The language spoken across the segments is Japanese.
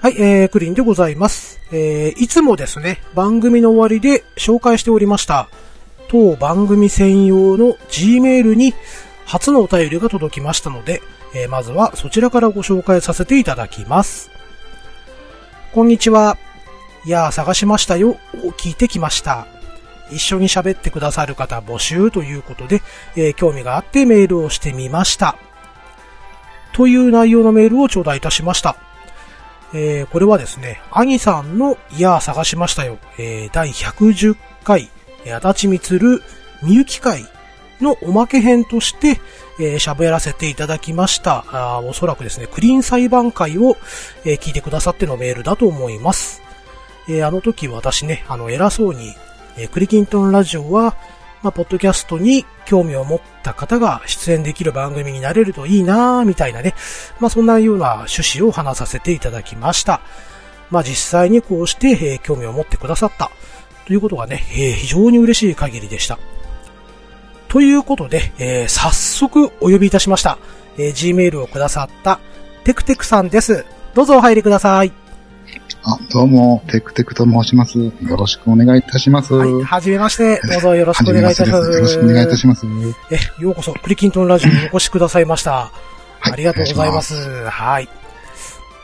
はい、えー、クリンでございます。えー、いつもですね、番組の終わりで紹介しておりました、当番組専用の Gmail に初のお便りが届きましたので、えーまずはそちらからご紹介させていただきます。こんにちは。いやー探しましたよ、を聞いてきました。一緒に喋ってくださる方募集ということで、えー興味があってメールをしてみました。という内容のメールを頂戴いたしました。えーこれはですね、アニさんのいやー探しましたよ、えー第110回、えー足立みつるみゆき会のおまけ編として、えー喋らせていただきました。あーおそらくですね、クリーン裁判会を、えー聞いてくださってのメールだと思います。えーあの時私ね、あの偉そうに、えークリキントンラジオは、まあ、ポッドキャストに興味を持った方が出演できる番組になれるといいなぁ、みたいなね。まあ、そんなような趣旨を話させていただきました。まあ、実際にこうして、えー興味を持ってくださった。ということがね、えー非常に嬉しい限りでした。ということで、えー早速お呼びいたしました。えー Gmail をくださった、テクテクさんです。どうぞお入りください。あ、どうも、テクテクと申します。よろしくお願いいたします。は、はいはじめまして。どうぞよろしくおじ願めいまいしたしてで。ますす。よろしくお願いいたします。え、ようこそ、クリキントンラジオにお越しくださいました。ありがとうございます。お願しはい。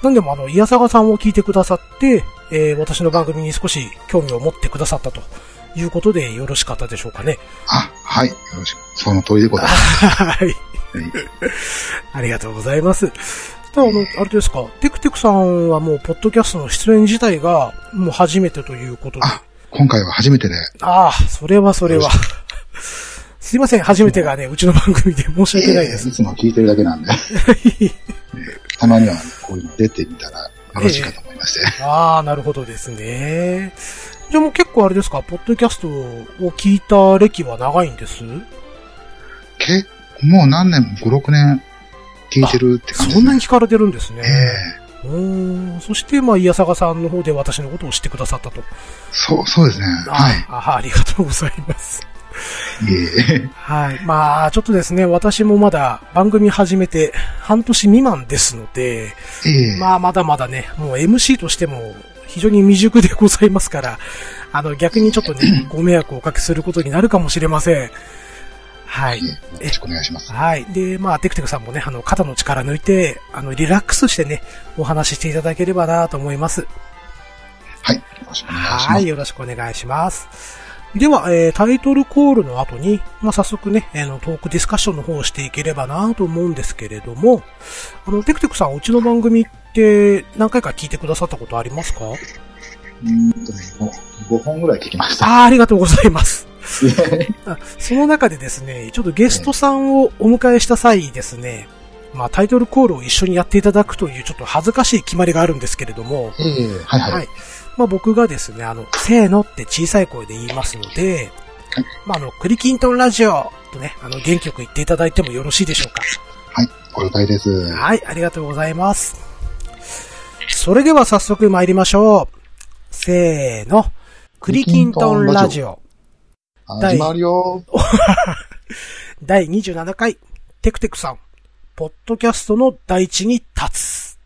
なんでも、あの、イヤサガさんを聞いてくださって、えー私の番組に少し興味を持ってくださったということでよろしかったでしょうかね。ます。あ、はい。よろしく。その通りでございます。はい。はいありがとうございます。ただ、あの、あれですか、テクテクさんはもう、ポッドキャストの出演自体が、もう初めてということで。あ、今回は初めてで、ああ、それはそれは。すいません、初めてがね、うちの番組で申し訳ないですえ。ーいつも聞いてるだけ なんで、たまにはこういうの出てみたらよろしいかと思いまして。ああ、なるほどですね。じゃあもう結構あれですか、ポッドキャストを聞いた歴は長いんです結構もう何年も5、6年聞いてるって感じでそすんなね。に聞かれてるんですね。ええうーん。そして、まあ、いやさがさんの方で私のことを知ってくださったと。そう、そうですね。はい。ああありがとうございます。いえいえ。はい。まあ、ちょっとですね、私もまだ番組始めて半年未満ですので、いえいえ。 まあ、まだまだね、もう MC としても非常に未熟でございますから、あの、逆にちょっとね、ご迷惑をおかけすることになるかもしれません。はいいえ。よろしくお願いします。はい。で、まあ、テクテクさんもね、あの、肩の力抜いて、あの、リラックスしてね、お話ししていただければなと思います。はい。よろしくお願いします。はい。よろしくお願いします。では、えータイトルコールの後に、まあ、早速ね、あの、トークディスカッションの方をしていければなと思うんですけれども、あの、テクテクさん、うちの番組って何回か聞いてくださったことありますかうーんとね、5本ぐらい聞きました。ああ、ありがとうございます。あその中でですね、ちょっとゲストさんをお迎えした際ですね、まあタイトルコールを一緒にやっていただくというちょっと恥ずかしい決まりがあるんですけれども、ええはいはい。はい。まあ僕がですね、あの、せーのって小さい声で言いますのではい、まああの、クリキントンラジオとね、あの、元気よく言っていただいてもよろしいでしょうか。はい、お了解です。ははい、ありがとうございます。それでは早速参りましょう。せーの、クリキントンラジオ。始まるよ。第27回、テクテクさん、ポッドキャストの大地に立つ。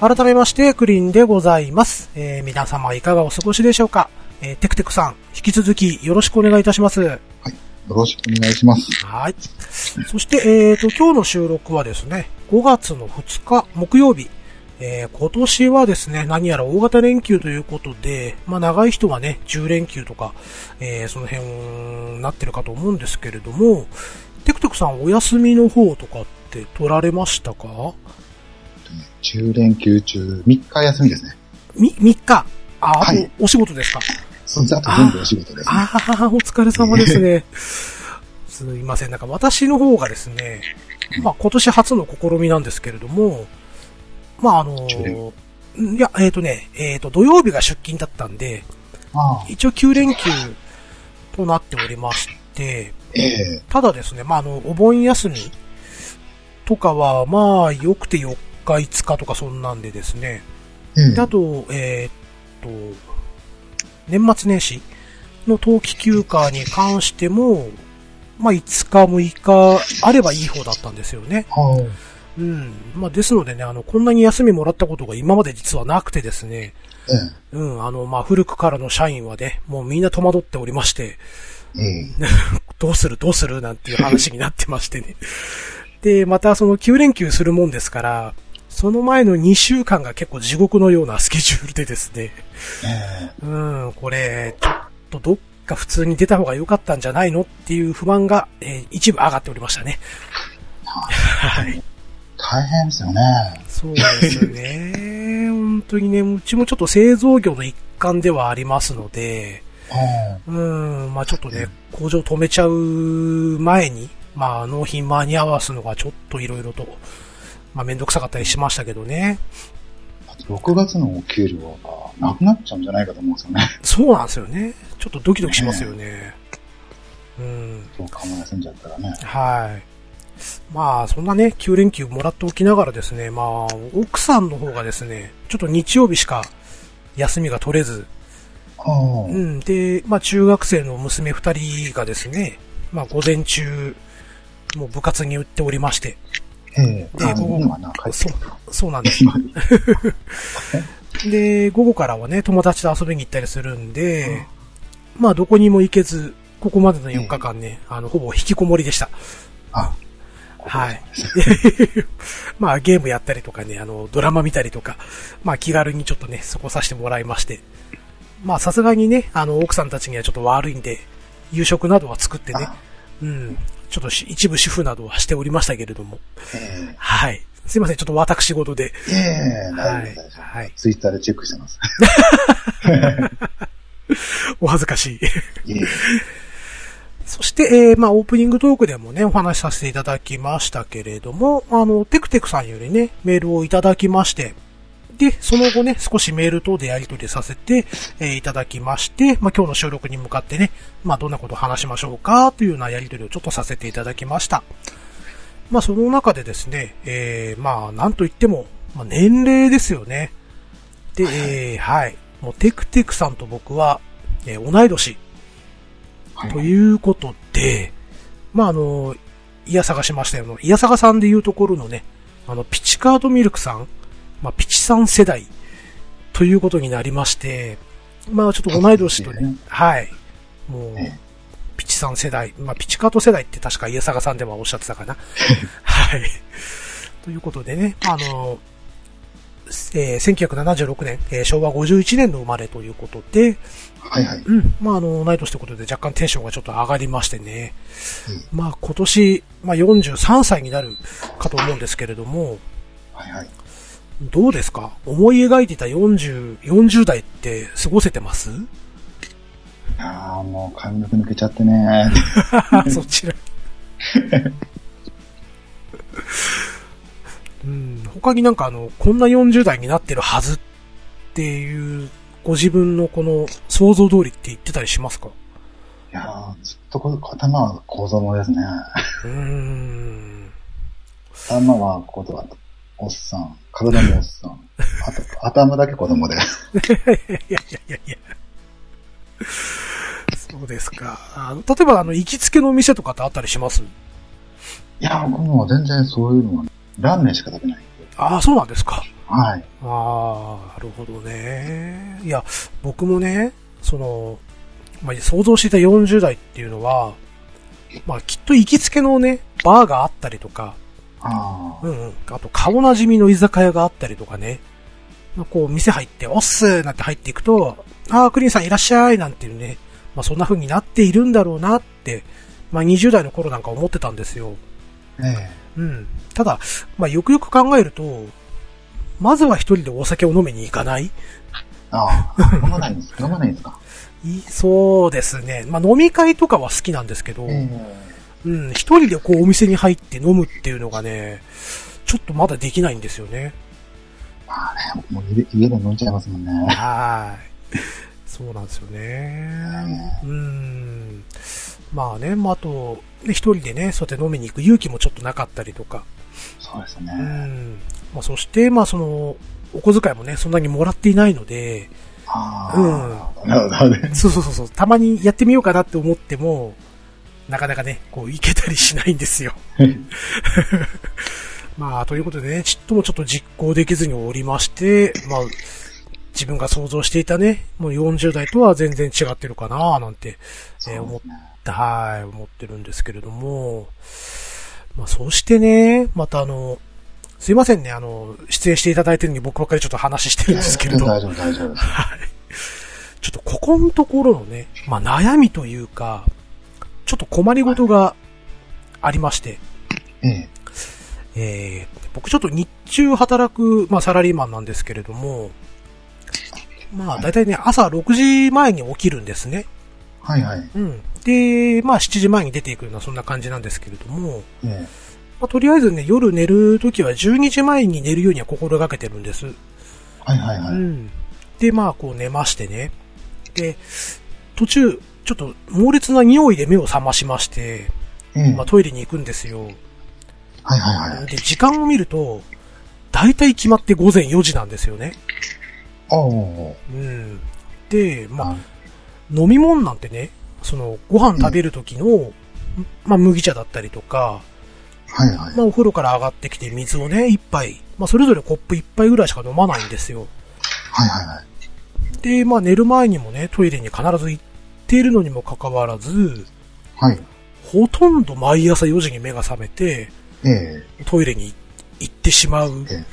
改めまして、クリーンでございます。えー皆様いかがお過ごしでしょうか、えーテクテクさん、引き続きよろしくお願いいたします。よろしくお願いします。はい。そして、えっ、と、今日の収録はですね、5月の2日木曜日、えー今年はですね、何やら大型連休ということで、まあ長い人はね、10連休とか、えーその辺なってるかと思うんですけれども、テクテクさんお休みの方とかって取られましたか10連休中、3日休みですね。み、3日あ、あとはいお仕事ですかその後全部お仕事です、ね。ああ、お疲れ様ですね。すいません。なんか私の方がですね、まあ今年初の試みなんですけれども、まああの、 10いや、えっ、とね、えっ、と土曜日が出勤だったんで、ああ一応9連休となっておりまして、ええただですね、まああの、お盆休みとかは、まあ良くて4日5日とかそんなんでですね。うんであと、えーっと、年末年始の冬季休暇に関しても、まあ、5日、6日あればいい方だったんですよね。あーうん。まあ、ですのでね、あの、こんなに休みもらったことが今まで実はなくてですね。うん、あの、まあ、古くからの社員はね、もうみんな戸惑っておりまして、ええどうするどうするなんていう話になってましてね。 で、またその9連休するもんですから、その前の2週間が結構地獄のようなスケジュールでですね。えうん、これ、ちょっとどっか普通に出た方が良かったんじゃないのっていう不満が、えー一部上がっておりましたね。はい。え大変ですよね。そうですね。 本当にね、うちもちょっと製造業の一環ではありますので、えうん、まあちょっとね、工場止めちゃう前に、まあ納品間に合わすのがちょっといろいろと、まあめんどくさかったりしましたけどね。え6月のお給料がなくなっちゃうんじゃないかと思うんですよね。 そうなんですよね。ちょっとドキドキしますよね。うん。そう考え休んじゃったらね。はい。まあ、そんなね、9連休もらっておきながらですね、まあ、奥さんの方がですね、ちょっと日曜日しか休みが取れず、ああうん、で、まあ、中学生の娘二人がですね、まあ、午前中、もう部活に行っておりまして、ええであ午後今はな、帰ってきたそうなん です。で、午後からはね、友達と遊びに行ったりするんで、まあ、どこにも行けず、ここまでの4日間ね、あの、ほぼ引きこもりでした。あ、はい。 まあゲームやったりとかね、あの、ドラマ見たりとか、まあ気軽にちょっとね、そこさせてもらいまして。まあさすがにね、あの、奥さんたちにはちょっと悪いんで、夕食などは作ってね、うん、ちょっとし一部主婦などはしておりましたけれども。えはい。すいません、ちょっと私事で。えええは大丈い夫大丈は夫い。ツイッターでチェックしてます。 お恥ずかしい。いえいえそして、えーまあ、オープニングトークでもね、お話しさせていただきましたけれども、あの、テクテクさんよりね、メールをいただきまして、で、その後ね、少しメール等でやり取りさせて、えーいただきまして、まあ、今日の収録に向かってね、まあ、どんなことを話しましょうか、というようなやり取りをちょっとさせていただきました。まあ、その中でですね、えーまあ、なんといっても、まあ、年齢ですよね。で、えーはい。もう、テクテクさんと僕は、えー同い年。はいということで、まあ、あの、いやさがしましたよの、いやさがさんでいうところのね、あの、ピチカートミルクさん、まあ、ピチさん世代、ということになりまして、まあ、ちょっと同い年とそうですねね、はい、もうね、ピチさん世代、まあ、ピチカート世代って確かいやさがさんではおっしゃってたか な。はい。ということでね、あの、えー1976年、えー昭和51年の生まれということで、はいはい。うん。まあ、あの、同い年ということで若干テンションがちょっと上がりましてね。まあ、今年、まあ、43歳になるかと思うんですけれども、はいはい。どうですか思い描いていた40、40代って過ごせてます ああ、もう髪の毛抜けちゃってね。 そちら。うん、他になんかあの、こんな40代になってるはずっていう、ご自分のこの想像通りって言ってたりしますかいやーずっとこ頭は構造もです ね。うーん。頭は子供だと、おっさん、体もおっさん。あと、 頭だけ子供で。いやいやいやいや。そうですか。あの例えば、あの、行きつけのお店とかってあったりしますいやー、僕も全然そういうのは、ラーメンしか食べないんで。ああ、そうなんですか。はい。ああ、なるほどね。いや、僕もね、その、まあ、想像していた40代っていうのは、まあ、きっと行きつけのね、バーがあったりとか、あうんうん。あと、顔なじみの居酒屋があったりとかね。まあこう、店入って、おっすーなんて入っていくと、あー、クリーンさんいらっしゃいなんていうね。まあ、そんな風になっているんだろうなって、まあ、20代の頃なんか思ってたんですよ。あ、えうん。ただ、まあ、よくよく考えると、まずは一人でお酒を飲みに行かないえああ、飲まないんです。飲まないんですか。いそうですね。まあ、飲み会とかは好きなんですけど、ええうん、一人でこうお店に入って飲むっていうのがね、ちょっとまだできないんですよね。まあね、もう家で家で飲んじゃいますもんね。はい。そうなんですよね。うん。まあね、まあ、あと、ね一人でね、そうやって飲みに行く勇気もちょっとなかったりとか。そうですうね。ん。まあ、そして、まあ、その、お小遣いもね、そんなにもらっていないので、ああ、なるほどね。そうそうそうそう、たまにやってみようかなって思っても、なかなかね、こう、いけたりしないんですよ。 まあ、ということでね、ちっともちょっと実行できずにおりまして、まあ、自分が想像していたね、もう40代とは全然違ってるかななんて、えー思って、はい、思ってるんですけれども、まあ、そしてね、またあの、すいませんね、あの、出演していただいてるのに僕ばっかりちょっと話してるんですけれど、大丈夫、大丈夫。ちょっとここのところのね、まあ、悩みというか、ちょっと困りごとがありまして、ええ。えー僕ちょっと日中働く、まあ、サラリーマンなんですけれども、まあ、だいたいね、朝6時前に起きるんですね。はいはい。うん。で、まあ、7時前に出ていくような、そんな感じなんですけれども、ええ。まあ、とりあえずね、夜寝るときは12時前に寝るようには心がけてるんです。はいはいはうい。ん。で、まあ、こう寝ましてね。で、途中、ちょっと猛烈な匂いで目を覚ましまして、ええ。まあ、トイレに行くんですよ。はいはいはい。で、時間を見ると、大体決まって午前4時なんですよね。ああ、うん。で、まあ、あ飲み物なんてね、その、ご飯食べる時の、まあ、麦茶だったりとか、はいはい。まあ、お風呂から上がってきて水をね、一杯、まあ、それぞれコップ一杯ぐらいしか飲まないんですよ。はいはいはい。で、まあ、寝る前にもね、トイレに必ず行っているのにもかかわらず、はい。ほとんど毎朝4時に目が覚めて、ええ。トイレに行ってしまうえ。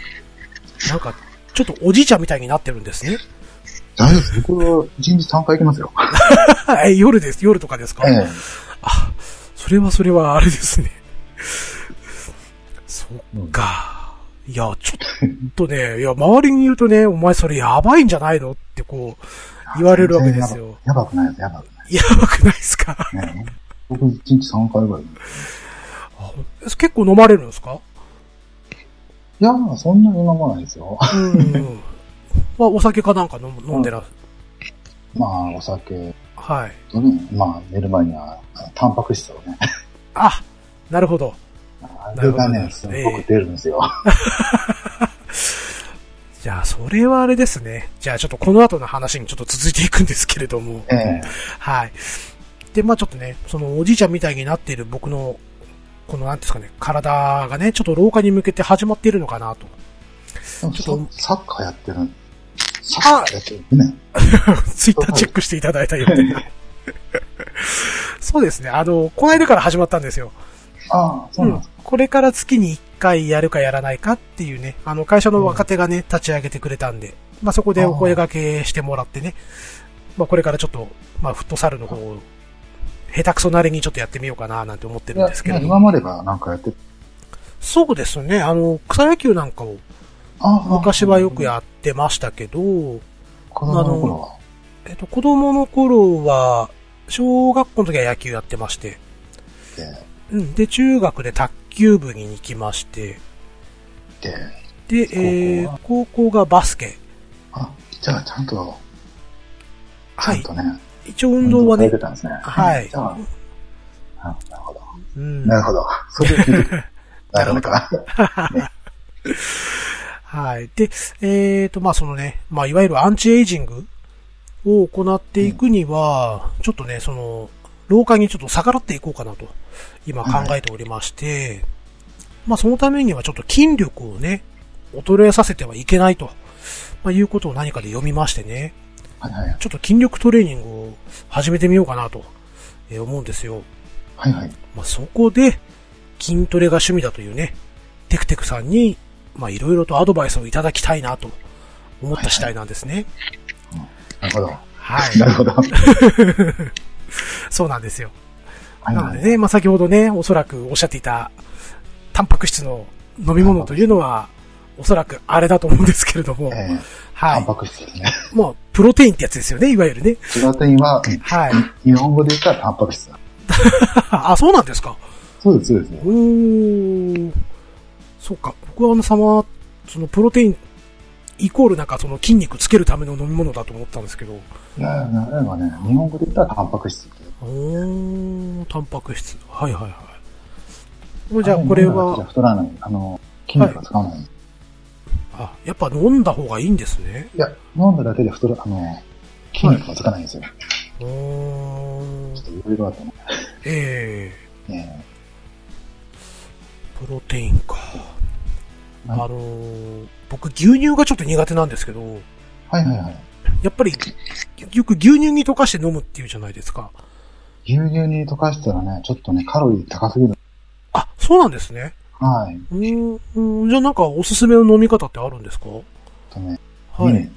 なんか、ちょっとおじいちゃんみたいになってるんですね。大丈夫です。僕は1日3回 行きますよ。はい、夜です。夜とかですか、ええ。あ、それはそれはあれです ね。そっか。いや、ちょっとね、いや、周りに言うとね、お前それやばいんじゃないのってこう、言われるわけですよ。やばくないです、やばくないやばくないですかですね。僕1日3回ぐらい。い結構飲まれるんです かやー、そんなに飲まないですよ。 うん。まあ、お酒かなんか飲む飲んでら、まあ、お酒はい。とね、まあ、寝る前には、あのタンパク質をね、あ、なるほど。あ れがなるほどね、ですすねごく出るんですよ。 じゃあ、それはあれですね。じゃあ、ちょっとこの後の話にちょっと続いていくんですけれども。ええ。はい。で、まあちょっとね、そのおじいちゃんみたいになっている僕の、このなんていうんですかね、体がね、ちょっと老化に向けて始まっているのかなと。でもちょっとサッカーやってる。サッカーやってるね。ツイッターチェックしていただいたよう で。そうですね、あの、この間から始まったんですよ。ああ、そうなんですか。これから月に1回やるかやらないかっていうね、あの、会社の若手がね、立ち上げてくれたんで、まあそこでお声掛けしてもらってね、まあこれからちょっと、まあフットサルの方を、下手くそなりにちょっとやってみようかななんて思っているんやですけれども。今までがなんかやってそうですね。あの、草野球なんかをああ昔はよくやってましたけど、子供の頃は。えっと、子供の頃は、小学校の時は野球やってまして、で、うん。で、中学で卓球部に行きまして、で、で、えー高校は、高校がバスケ。あ、じゃあちゃんと、ちはゃんい。とね、一応運動はされねて、たんですね。はいじゃあ、あなるほど。うん。なる ほど。それで聞いてくるなるほど。はい。で、えっ、と、まあ、そのね、まあ、いわゆるアンチエイジングを行っていくには、ちょっとね、その、老化にちょっと逆らっていこうかなと、今考えておりまして、まあ、そのためにはちょっと筋力をね、衰えさせてはいけないと、まあ、いうことを何かで読みましてね、はいはい。ちょっと筋力トレーニングを始めてみようかなと、えー思うんですよ。はいはい。まあ、そこで、筋トレが趣味だというね、テクテクさんに、まあ、いろいろとアドバイスをいただきたいなと思った次第なんですね。なるほど。はい。なるほど。はそうなんですよ。いなはのでい。ね、まあ、先ほどね、おそらくおっしゃっていた、タンパク質の飲み物というのは、おそらくあれだと思うんですけれども、えー、はタンい。パク質ですね。まあ、プロテインってやつですよね、いわゆるね。プラテインは、うんはい。 日本語で言ったらタンパク質だ。あ、そうなんですか。そうです、そうです。おー。そっか。僕はあの様、そのプロテイン、イコールなんかその筋肉つけるための飲み物だと思ったんですけど。いやいや、なんかね、日本語で言ったらタンパク質って。おー、タンパク質。はいはいはい。もうじゃあこれじゃは、太らない。あの、筋肉が使わない。あ、やっぱ飲んだ方がいいんですね。いや、飲んだだけで太る、あの、筋肉がつかないんですよ。うーんちょっ。といろいろあってね。ええねプロテインか。えあはのー僕牛乳がちょっと苦手なんですけど、いはいはい。やっぱり、よく牛乳に溶かして飲むっていうじゃないですか。牛乳に溶かしたらね、ちょっとね、カロリー高すぎる。あ、そうなんですね。はい。うーん、じゃあなんかおすすめの飲み方ってあるんですかとね、はい。ミネ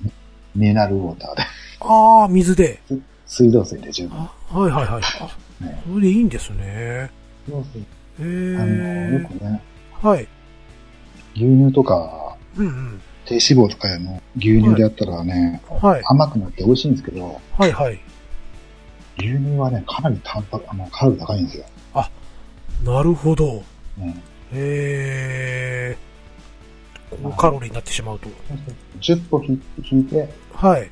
ミネラルウォーターで、ああ、水で。水道水で十分。あはいはいはい。あ、ねそれでいいんですね。水道水。えあの、よーくね、はい。牛乳とか、うんうん。低脂肪とかの牛乳でやったらね、はい。甘くなって美味しいんですけど、はいはい。牛乳はね、かなりタンパク、あの、カロリー高いんですよ。なるほど。ね、えー、高カロリーになってしまうと。 10歩引いて、はい。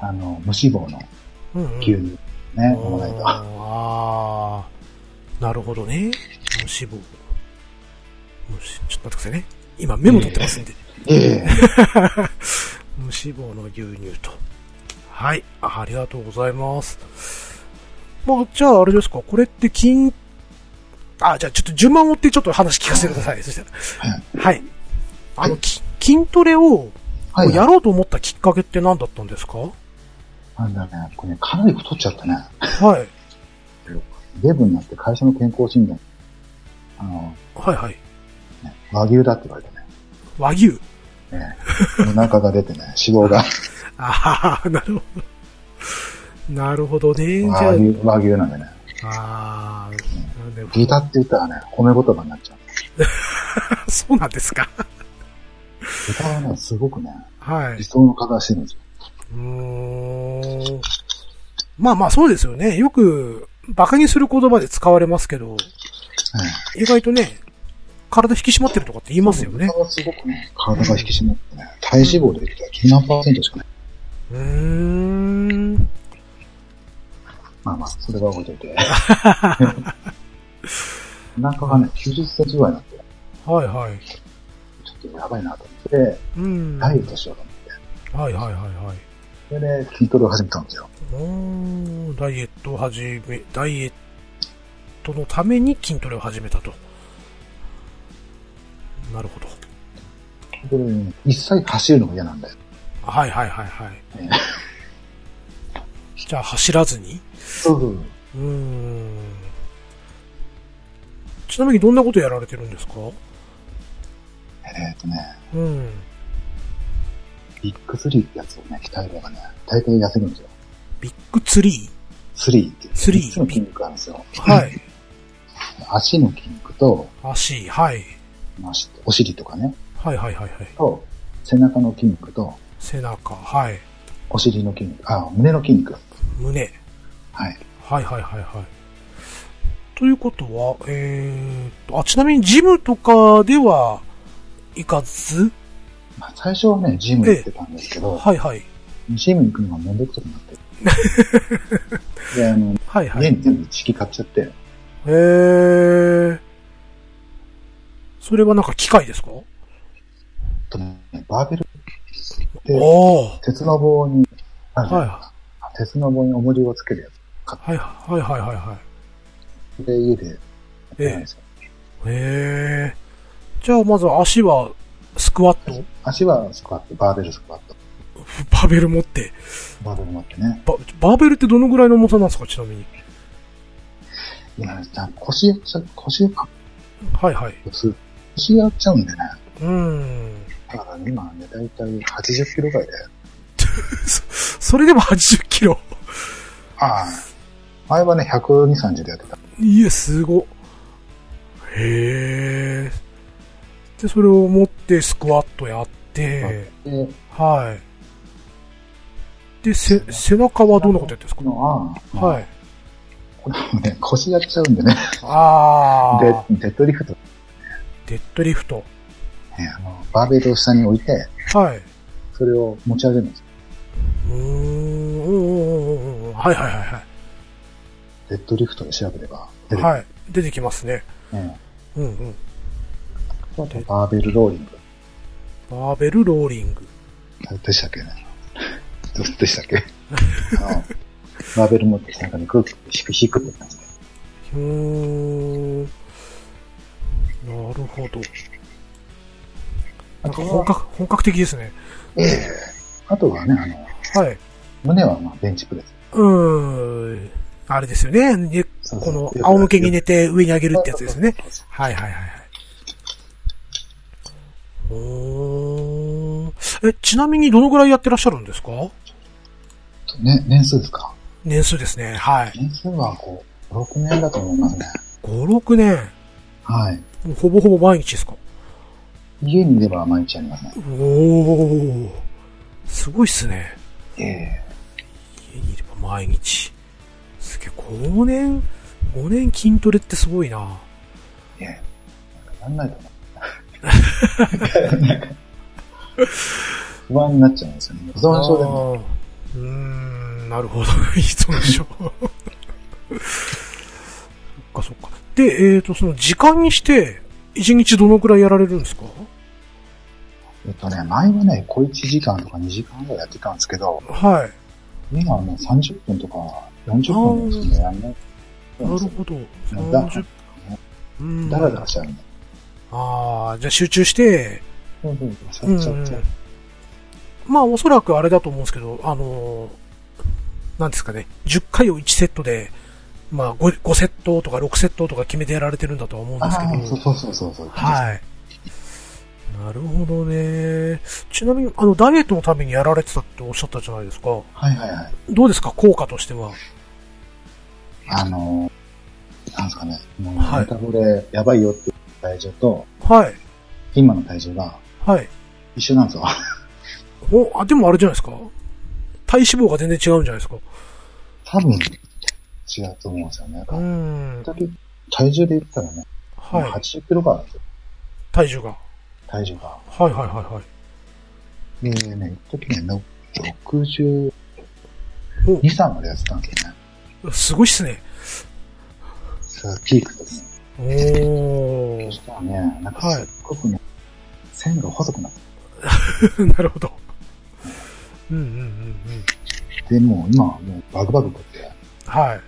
あの、無脂肪のうんうん、牛乳ね、飲まないと。ああー、なるほどね。無脂肪。無脂ちょっと待ってくださいね。今メモ取ってますんで。ええ無脂肪の牛乳と。はい。あありがとうございます。まあ、じゃああれですか。これって金、あ、じゃあちょっと順番を追ってちょっと話聞かせてください。そしたら。はい。あの、き筋トレをはい、やろうと思ったきっかけって何だったんですかなんだね、これね、かなり太っちゃったね。はい。デブになって会社の健康診断、あの、はいはい。ね、和牛だって言われてね。和牛。ねお腹が 出てね、脂肪がああ、なるほど。なるほどね。じゃ和牛和牛なんでね。あ、ああ、なんで、豚って言ったらね、褒め言葉になっちゃ う。そうなんですか。豚はね、すごくね、はい理。想の形してるんですよ。うーん。まあまあそうですよね。よく、馬鹿にする言葉で使われますけど、ね意外とね、体引き締まってるとかって言いますよね。豚はすごくね、体が引き締まってね、体脂肪で言ったら9パーセントしかない。うーん。まあまあ、それは置いとい て。お腹がね、90センチぐらいになって、はいはい。ちょっとやばいなと思って、うん。ダはイエいットしようと思って。はいはいはい。それで筋トレを始めたんですよ。うーん。ダイエットを始め、ダイエットのために筋トレを始めたと。なるほど。で、一切走るのが嫌なんだよ。はいはいはい はいね。じゃあ走らずにそうそう。うーん。ちなみにどんなことやられてるんですかえっ、とね、うん。ビッグスリーってやつをね、鍛えればね、大体痩せるんですよ。ビッグツリスリーっていう。スリー三つの筋肉があるんですよ。ーはい。足の筋肉と、足、はい。まあしお尻とかね、はいはいはいはい。と、背中の筋肉と、背中、はい。お尻の筋肉、あ、胸の筋肉。胸。はい。はいはいはいはい。ということは、えーっと、あ、ちなみにジムとかでは行かずまあ、最初はね、ジム行ってたんですけど、はいはい。ジム行くのがめんどくさくな って。で、あの、はいはい。家に全部一式買っちゃって、へー。それはなんか機械ですかあとね、バーベルあで、あ。鉄の棒に、あるじゃないですかは鉄の棒に重りをつけるやつはいはいはいはいはい。で、家でやってないんですよ。へえ。じゃあ、まずは足は、スクワット足はスクワット、バーベルスクワット。バーベル持って。バーベル持ってね。ババーベルってどのぐらいの重さなんですか、ちなみに。今ね、なんか腰やっちゃう、腰をかはいはい。す。腰やっちゃうんでね。うーん。だからね今ね、だいたい80キロぐらいで。それでも80キロ。ああ。前はね、102、30でやってた。いえ、すご。へえ。で、それを持って、スクワットやって、で、はい。で、せ、背中はどんなことやってるんですこのは、かはい。これもね、腰やっちゃうんでね。あでー、、デッドリフト、ね、デッドリフト。あの、バーベルを下に置いて、はい。それを持ち上げるんですよ。うーんうんうんうんうん、はいはいはデッドリフトで調べれば出いてはい。くはい。出てきますね。る。ねうんうん。あとバーベルローリング。バーベルローリング。でしたっけね。どうでしたっけあのバーベル持ってきた中に空気ひくひくって感じで。うーん。なるほど。あなんかと本は、格、本格的ですね。ええあとはね、あの、はい。胸はまあベンチプレス。うーん。あれですよね。ねそうそこうの、仰向けによ寝て上に上げるってやつですね。そうそうはいはいはいはい。おーえ、ちなみにどのぐらいやってらっしゃるんですかそうね、年数ですか年数ですね。はい。年数はこう、6年だと思いますね。 5、6年。はい。もうほぼほぼ毎日ですか家にいれば毎日ありますね。おー。すごいっすね。ええ家にいれば毎日。すげえ、5年、5年筋トレってすごいな。ええなんかやんないとね。 不安になっちゃうんですよね。あ保存症でも。ーうーん、なるほど。依存症。そっかそっか。で、えっ、と、その時間にして、一日どのくらいやられるんですかえっとね、前はね、小1時間とか2時間ぐらいやってたんですけど、はい。今はもう30分とか40分ですね。やんない。なるほど。だ30分。だらだあらしちゃうんだ。あー、じゃあ集中して、そうそうそううんちょっと。まあおそらくあれだと思うんですけど、あのーなんですかね、10回を1セットで、まあ 5, 5セットとか6セットとか決めてやられてるんだとは思うんあですけど。あ、そうそうそうそうそう。はい。なるほどね。ちなみに、あの、ダイエットのためにやられてたっておっしゃったじゃないですか。はいはいはい。どうですか効果としては。あのー、なんですかね、もうはいメタボでやばいよっていう体重と、はい。今の体重がはい。一緒なんですよ。 お、あ、でもあれじゃないですか体脂肪が全然違うんじゃないですか多分、違うと思うんですよね。うーん。だけ体重で言ったらね、もうはい。 80キロぐらいなんですよ、体重が。体重が。はいはいはいはい。でね、一時ね、の62、お3までやってたんですよね。すごいっすね。それがピークですね。おーそ。したらね、なんかはいすっごくね、線が細くなっ て、なるほど。うんうんうんうん。でもう今はもうバグバグ食って、はい。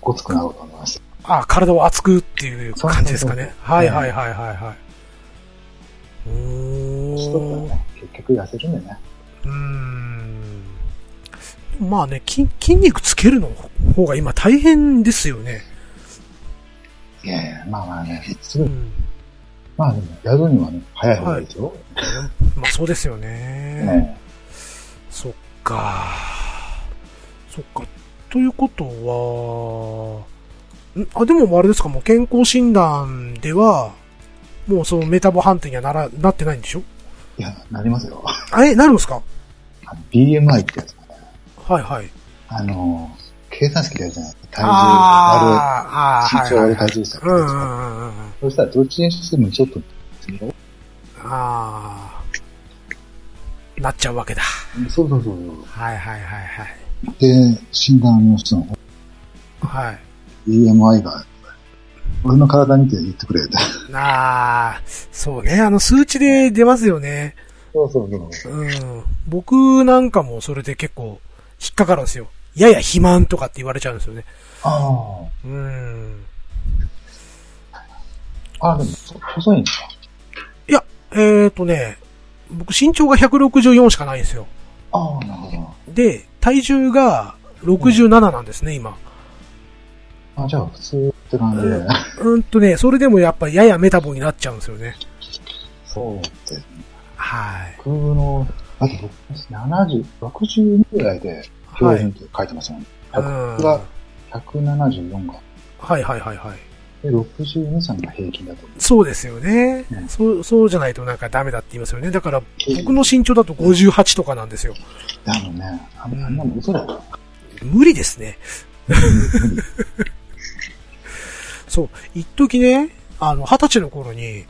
ごつくなろうと思いました。あ、体を熱くっていう感じですかそうねそう。そうはいはいはいはいはい。う年取ったーん。らね、結局痩せるんでね。うーん。まあね、筋筋肉つけるの方が今大変ですよね。いやいや、まあまあね、すうぐ、ん。まあでも、やるにはね、早い方がいいですよ。まあそうですよね。ねそっか。そっか。ということは、んあ、でもあれですか、もう健康診断では、もうそのメタボ判定にはなら、なってないんでしょいや、なりますよ。あえ、なるんですかあの BMI ってやつがね、はいはい。あの、計算式でやるじゃないですか。体重割あーあー、る、身長はい割はいる体重差。うんうんうんうん。そしたら、どっちにしてもちょっと、ああ。なっちゃうわけだ。そうそうそう。はいはいはいはい。で、診断の人のはい。 BMI が、俺の体見て言ってくれって。ああ、そうね。あの、数値で出ますよね。そうそうそう。うん。僕なんかもそれで結構引っかかるんですよ。やや肥満とかって言われちゃうんですよね。あうん。あ。あ、でも、細いんですかいや、えっ、ー、とね、僕身長が164しかないんですよ。ああ、なるほど。で、体重が67なんですね、今。あ、じゃあ、普通って感じで。うんとね、それでもやっぱややメタボになっちゃうんですよね。そうって。はい。僕の、あと70、62ぐらいで標準って書いてますもんね。うん。僕が174が。はいはいはいはい。で、62、3が平均だと思う。そうですよね、うんそう、そうじゃないとなんかダメだって言いますよね。だから、僕の身長だと58とかなんですよ。だもんね。あんうんあんなの嘘だよ。無理ですね。そう。一時ね、あの、二十歳の頃に、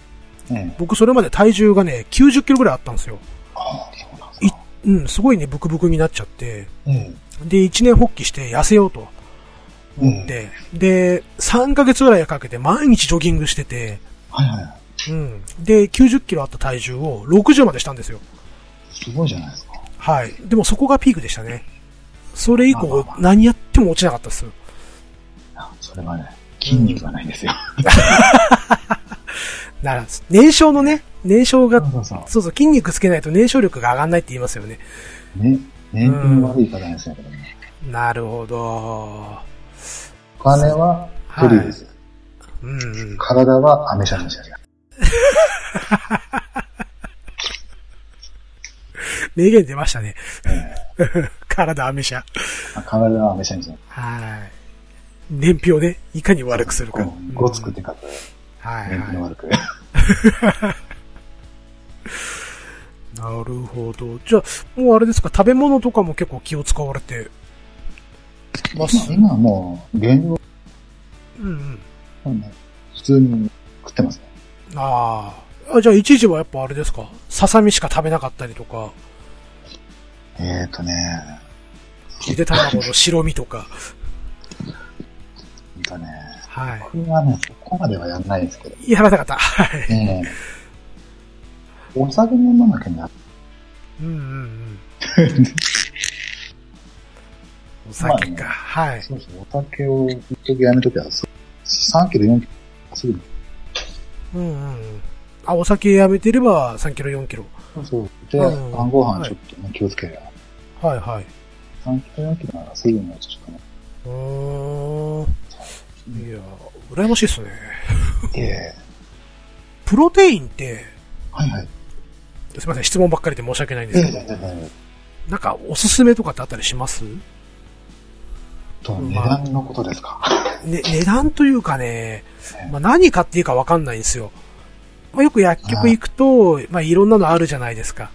ね僕それまで体重がね、90キロぐらいあったんですよ。ああ、そうなんですか。うん、すごいね、ブクブクになっちゃって。えで、一年発起して痩せようとえ。ええ。で、で、3ヶ月ぐらいかけて毎日ジョギングしてて、はいはいはい。うん。で、90キロあった体重を60までしたんですよ。すごいじゃないですか。はい。でもそこがピークでしたね。それ以まあ降まあま、あ何やっても落ちなかったです。それはね、筋肉がないんですよ。なら、燃焼のね、燃焼が、そうそうそうそう、筋肉つけないと燃焼力が上がんないって言いますよね。そう。ね、燃費の悪い方なんですよ、これね。なるほど。お金はトリュフです。うんうん。体はアメ車ャメシャです。名言出ましたね。 え体アメ車。え体はアメシャメシャ。はい。燃費をね、いかに悪くするか。こうごつくてかつ、はい燃費のは悪く。い。なるほど。じゃあ、もうあれですか、食べ物とかも結構気を使われてます。今はもう、原料、うんうん。普通に食ってますね。ああ。あ、じゃあ一時はやっぱあれですか、ささみしか食べなかったりとか、えっ、とね、ゆで卵の白身とか。ほんとね、はい。僕はね、そこまではやんないですけど、やらなかった。はい。ええお酒飲まなきゃな。うんうんうん。お酒か。まあねはい。そうそう、お酒を一時やめときは、そう3キロ、4キロ、すぐに。うんうんうん。あ、お酒やめてれば3キロ4キロ。そうそう。で、うん晩ご飯ちょっとね、気をつけりゃ、はいはい。 3キロ、4キロならすぐに落ち着くね。うーん。いや、羨ましいっすね。ええプロテインって、はいはい。すみません、質問ばっかりで申し訳ないんでえすえけど、なんかおすすめとかってあったりしますね、と、値段のことですか。値段というかねね、まあ、何買っていいかわかんないんですよ。まあ、よく薬局行くと、まあ、いろんなのあるじゃないですか。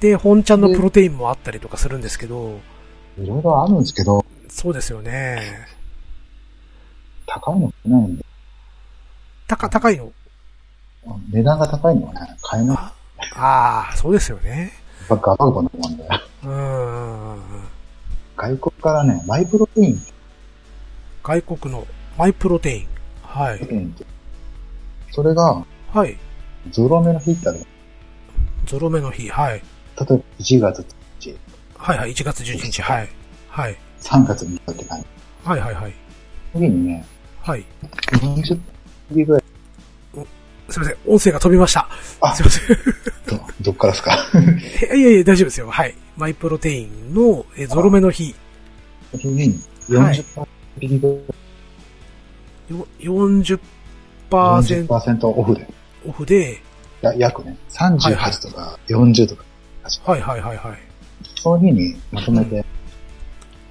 で、本ちゃんのプロテインもあったりとかするんですけど、いろいろあるんですけど、そうですよね。高いの買えないんで、高、高いの。値段が高いのはね、買えない。ああー、そうですよね。ばっかガバガバ飲んで。うーん。外国からね、マイプロテインって外国のマイプロテイン。はい。言うんですよそれが、はい。ゾロ目の日ってある。例ゾロ目の日。はい。えば1月1日、はいはい。1月11日。はい。はい。 3月3日って感じ。はいはいはい。次にね、はい。 40匹ぐらい。すいません。音声が飛びました。あすいません。ど、どっからですかえいやいや、大丈夫ですよ。はい。マイプロテインのえゾロ目の日。次にはい40匹ぐらい。よ40% 40%オフで。オフで、や約ね、38とか40とか、はいはいはいはい。その日にまとめて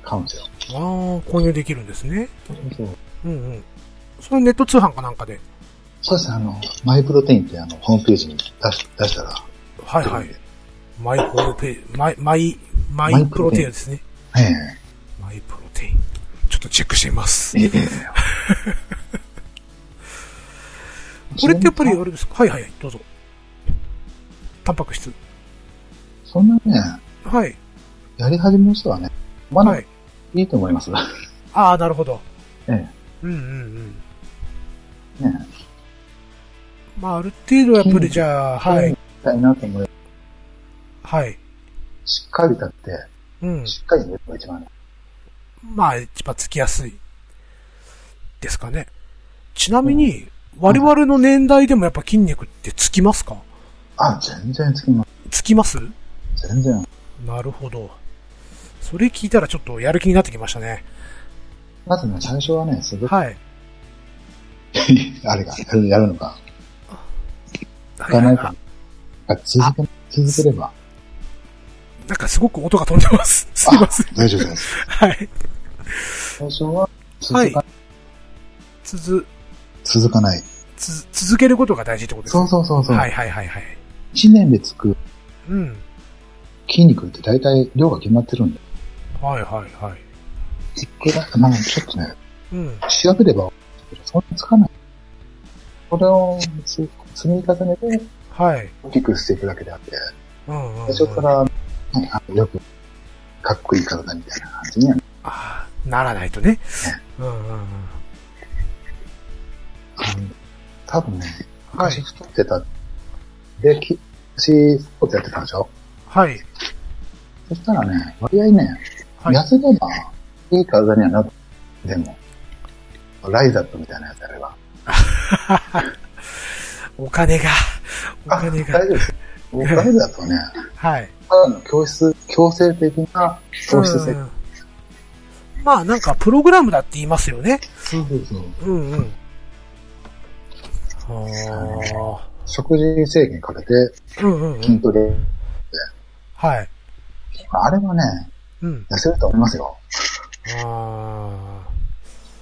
買うんですよ。ああ、購入できるんですね。そううんうん。それネット通販かなんかで。そうですね、あの、マイプロテインってあの、ホームページに出し出したら、はいはい。マイホームページ、マイ、マイ、マイプロテインですね。えマイプロテイン。ちょっとチェックしてみます。えええ これってやっぱりあれですかはいはいはい、どうぞ。タンパク質。そんなね、はい。やり始めの人はね、まだはいい。いと思います。 ああ、なるほど。ええうんうんうん。ねまあ、ある程度はやっぱりじゃあ、はやいり。たいなと思いはい。しっかり立って、うん。しっかり寝るのが一番ね。まあ、一番つきやすい。ですかね。ちなみに、我々の年代でもやっぱ筋肉ってつきますかあ、全然つきまつきますす。全然。なるほど。それ聞いたらちょっとやる気になってきましたね。まずね、最初はね、すごい、はい。 あれが、やるやるのが、はいかはないいかはら続け、続ければ、いなんかすごく音が飛んでます。すいません。あ大丈夫です。はい。最初は、続か、続、続かない。つ、続けることが大事ってことですそうそうそうそう。はいはいはいはい。 1年でつくうん。筋肉って大体量が決まってるんで、はいはいはい。いくら、まあちょっとね、うん。調べれば、そんなつかない。これを積積み重ねてはい。大きくしていくだけであって、うんうん、うん。最初から、ねあのよく、かっこいい体みたいな感じにはああ、ならないとね。うんうんうん。あの多分ね、昔太ってた。で、き昔スポーツやってたでしょはい。そしたらね、割合ね、はい。痩せれば、いい体にはなって、でも、ライザップみたいなやつやれば。お金が、おあ、金大が。丈夫です。僕ライザップはね、はい。ただの教室、強制的な教室設計。うんまあなんかプログラムだって言いますよね。そうそうそう。うんうん。あ食事制限かけてあ。うんうん、うん。筋トレ。はい。あれはね、うん。痩せると思いますよ。あ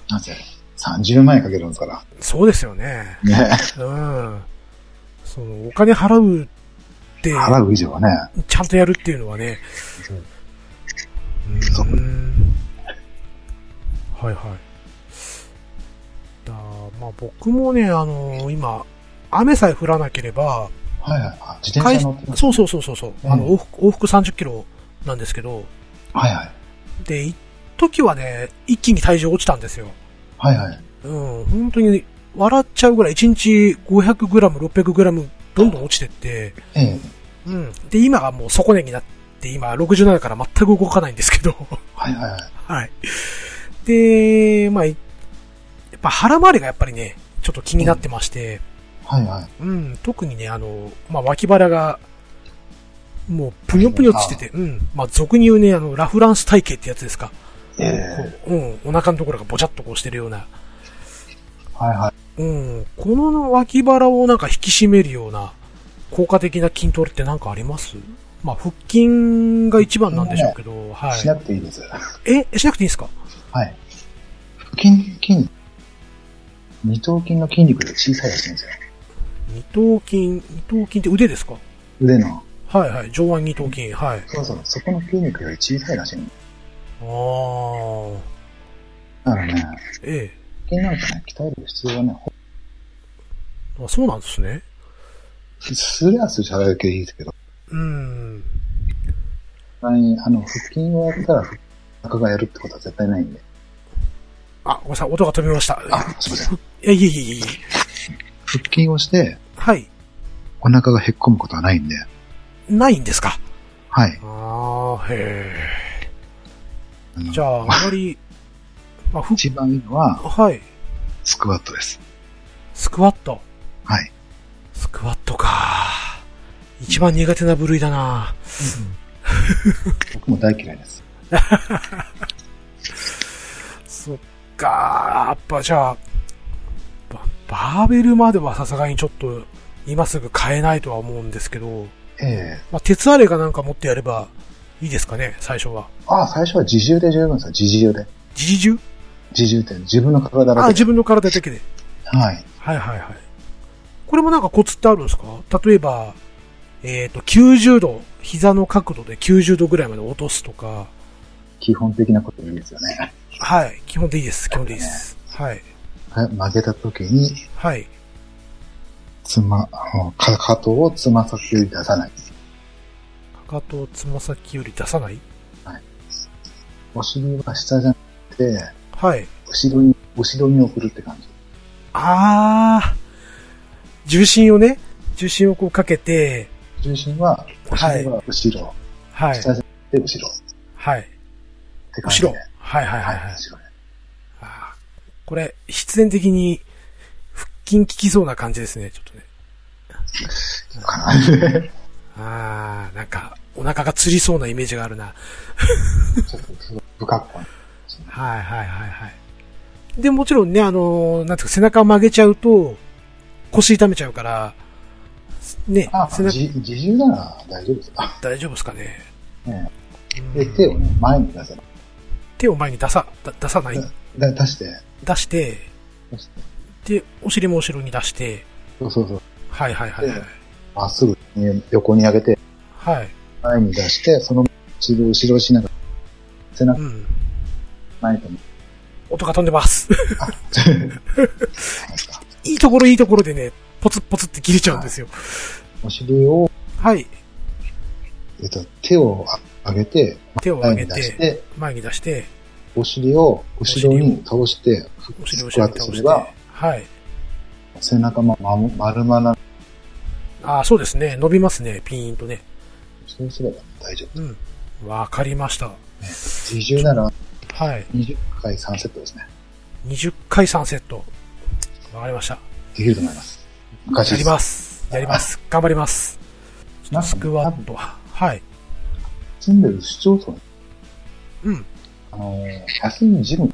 あ。なぜ ?30万円かけるんですから。そうですよね。ねうん。その、お金払うって、払う以上はね。ちゃんとやるっていうのはね。そうーん。はいはい。だまあ僕もね、あの今、雨さえ降らなければ、はいはいはい。自転会車乗ってます。そうそうそうそうそう、うんあの往復往復30キロなんですけど、はいはい。で、一時はね、一気に体重落ちたんですよ。はいはい。うん、本当に笑っちゃうぐらい、1日500グラム、600グラム、どんどん落ちてって、ええ。うん。で、今がもう底値になって、今67から全く動かないんですけど、 はいはいはい。はい。で、まあ、いやっぱ腹回りがやっぱりね、ちょっと気になってまして、はいはい。うん、特にね、あの、まあ、脇腹が、もう、ぷにょぷにょ落ちてて、うん、まあ、俗に言うね、あの、ラフランス体型ってやつですか。ええ。こううん、お腹のところがぼちゃっとこうしてるような、はいはい。うん、この脇腹をなんか引き締めるような、効果的な筋トレってなんかありますまあ、腹筋が一番なんでしょうけど、はしなくていいです。い。え、しなくていいんですかはい。腹筋、筋、二頭筋の筋肉で小さいらしいんですよ。二頭筋、二頭筋って腕ですか腕の。はいはい、上腕二頭筋、はい。そうそう。そこの筋肉より小さいらしいの。あー、だからね、え腹筋なんかね、鍛える必要はね、ほえ、あそうなんですね。すりゃすりゃだけいいですけど、うん。あの、腹筋をやったら、腹中がやるってことは絶対ないんで。あ、ごめんなさい、音が飛びました。あ、すいません。いや、いえいえいえいえ。腹筋をして、はい。お腹がへっこむことはないんで。ないんですかはい。ああ、へえ。あのじゃあ、あまり、まあ、ふ、一番いいのは、はい。スクワットです。スクワット。はい。スクワットか。一番苦手な部類だな。僕も大嫌いです。そっか。やっぱじゃあ、ババーベルまではさすがにちょっと、今すぐ買えないとは思うんですけど、ええまあ、鉄アレかなんか持ってやればいいですかね、最初は。あ、最初は自重で十分ですよ。自重で。自重自重って、自分の体あ、だけで。自分の体だけで。はい。はいはいはい。これもなんかコツってあるんですか例えば、えっ、と、90度、膝の角度で90度ぐらいまで落とすとか、基本的なことでいいですよね。はい、基本でいいです、基本でいいです。はい、はい曲げた時に、はい。つま、あのかかとをつま先より出さない。かかとをつま先より出さないお尻は下じゃなくて、はい。後ろに、後ろに送るって感じ。あー、重心をね、重心をこうかけて、重心は、お尻は後ろ、はい、下じゃなくて後ろはい、って感じ後で。ろ。はいはいははいい、はい。後ろね。あーこれ、必然的に腹筋効きそうな感じですね、ちょっとね。かな。あー、なんか、お腹がつりそうなイメージがあるな。ちょっと、不格好な。はいはいはいはい。で、もちろんね、あのーなんていうか、背中曲げちゃうと、腰痛めちゃうから、ねあ、、背中、自自重なら大丈夫ですか。大丈夫ですかね。ねうんで、手をね、前に出せない。手を前に出さ、だ出さない、だ出して、出して、出してで、お尻も後ろに出して、そうそうそう。はいはいはいはい。まっすぐ、ね、横に上げて、はい。前に出して、その後ろ後ろしながら、背中うん。前と思音が飛んでます。 うんですか。いいところいいところでね、ポツッポツって切れちゃうんですよ。 お尻を、はい。えっと、手を上げて、手を上前げに出てし、て、前に出して、お尻を後ろに倒して、お尻を後スクろワにット倒しすれてば、、はい。背中もまも丸まらああ、そうですね。伸びますね。ピーンとね。そうすれば大丈うん。わかりました。夫。自重ならはい。 20回3セットですね。 20回3セット。わかりました。できると思います。昔やでります。やります。頑張ります。なんかスクワットは。はい。住んでる市町村、うん。あのー、休みジム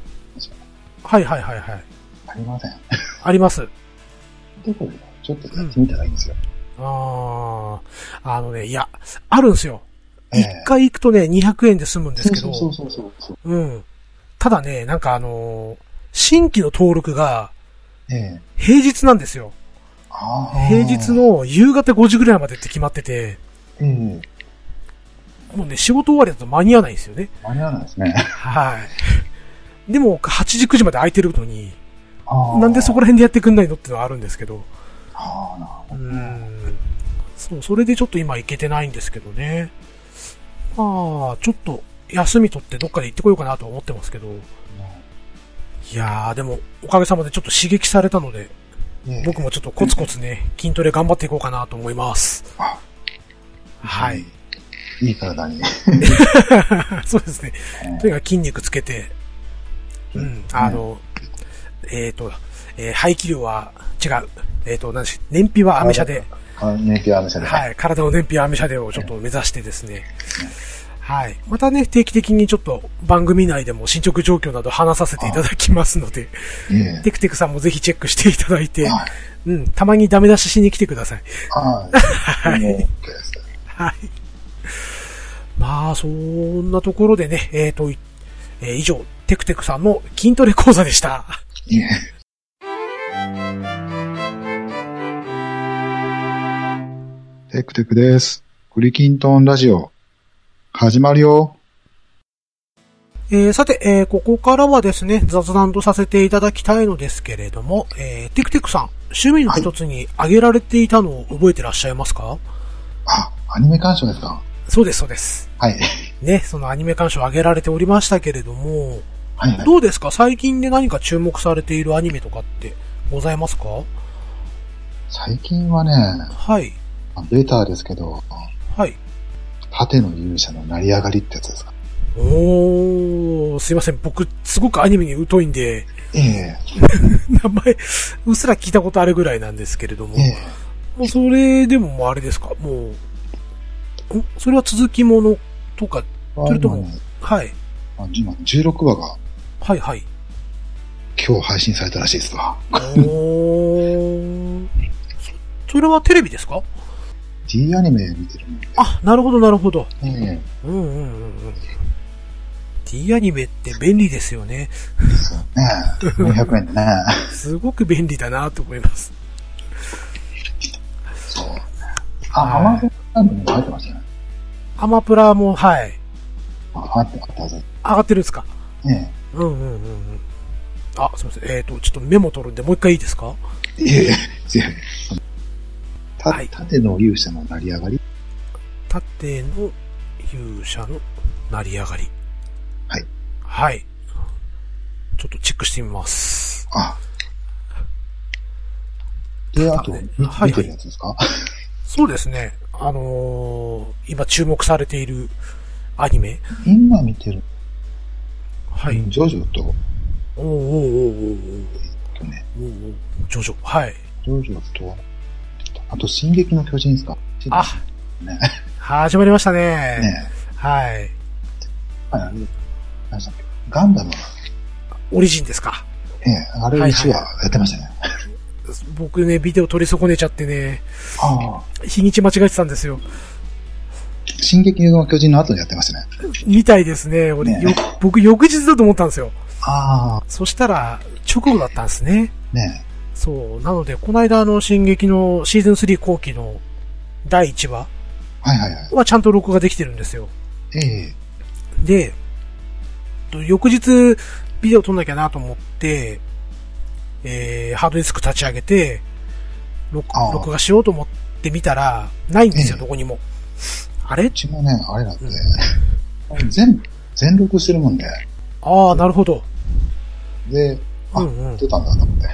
はいはいはいはい。ありません。あります。どこでちょっとやってみたらいいんですよ。ああ、あのね、いや、あるんですよ。ええ一回行くとね、200円で済むんですけど、そうそうそうそう。うん。ただね、なんかあのー新規の登録がええ平日なんですよ。ああ。平日。の夕方5時ぐらいまでって決まってて、ええもうね、仕事終わりだと間に合わないんですよね。間に合わないですね。はい。でも、8時9時まで空いてるのに、あ あなんでそこら辺でやってくんないのってのはあるんですけど、ああ、なるほうど。ん。そう、それでちょっと今行けてないんですけどね。まあ、ちょっと休み取ってどっかで行ってこようかなとは思ってますけど、いやー、でも、おかげさまでちょっと刺激されたので、ええ僕もちょっとコツコツね、筋トレ頑張っていこうかなと思います。あはい。。いい体に。 そうですね。とにかく筋肉つけて、うん、あの、えっ、と、えー排気量は違う。えっ、と、何し、燃費はアメ車で、あ。ネイティブアメ車で。。はいい、体の燃費はアメ車でをちょっと目指してですね。はい。またね、定期的にちょっと番組内でも進捗状況など話させていただきますので、ええテクテクさんもぜひチェックしていただいて、はい。うん、たまにダメ出ししに来てください。はい。もう OK です。はい。まあ、そんなところでね、えっ、と、いえー以上、テクテクさんの筋トレ講座でした。いえ。テクテクです。クリキントンラジオ。始まるよ。えーさて、えーここからはですね、雑談とさせていただきたいのですけれども、えーテクテクさん、趣味の一つに挙げられていたのを覚えてらっしゃいますか、あ、アニメ鑑賞ですかそうです、そうです。はい。ね、そのアニメ鑑賞挙げられておりましたけれども、はいはい。どうですか最近で何か注目されているアニメとかってございますか最近はね、はい、ベターですけど、はい。盾の勇者の成り上がりってやつですかおー、すいません。僕、すごくアニメに疎いんで、ええ名前、うっすら聞いたことあるぐらいなんですけれどもえ、えもうそれでももうあれですか、もう、んそれは続きものとか、それともあのねはい、あ今16話がはい、はい。今日配信されたらしいですわ。おー、そそれはテレビですか D アニメ見てるんで。あ、なるほど、なるほど。ええうんうんうんうん。D アニメって便利ですよね。そうねえ。400円でね。すごく便利だなと思います。そう。あ、アマゾンランドにも入ってましたね。アマプラも、はい、あ、入って、あったはず。上がってるんですかえうんうんうんうん。あ、すみません。えっ、と、ちょっとメモ取るんで、もう一回いいですかえ。いえいえ、いえ。た、はい盾の勇者の成り上がり。縦の勇者の成り上がり。はい。はい。ちょっとチェックしてみます。あ。で、あと、盾みはい見てるやつですかそうですね。あのー今注目されているアニメ。今見てる、はい。ジョジョと、おーおーおーおーとね、おーおーおージョジョ。はい。ジョジョと、あと、進撃の巨人ですかあ、ね始まりましたね。ねはい。え。あれ、何でしたっけガンダムが、オリジンですか。ええ、あれ一話やってましたね。僕ね、ビデオ取り損ねちゃってね、ああ。日にち間違えてたんですよ。進撃の巨人の後にやってましたね。みたいですね。俺、ねよ、僕翌日だと思ったんですよ。あそしたら、直後だったんですね。あ。ねそう。なので、この間、あの、進撃のシーズン3後期の第1話え。はいはいはい。はちゃんと録画できてるんですよ。ええ。で、と翌日、ビデオ撮んなきゃなと思って、えー、ハードディスク立ち上げて、録あー録画しようと思ってみたら、ないんですよ、ええどこにも。あれうちもね、あれだって、 全、全録してるもんで、ああ、なるほど。で、あ、うんうん出たんだと思って。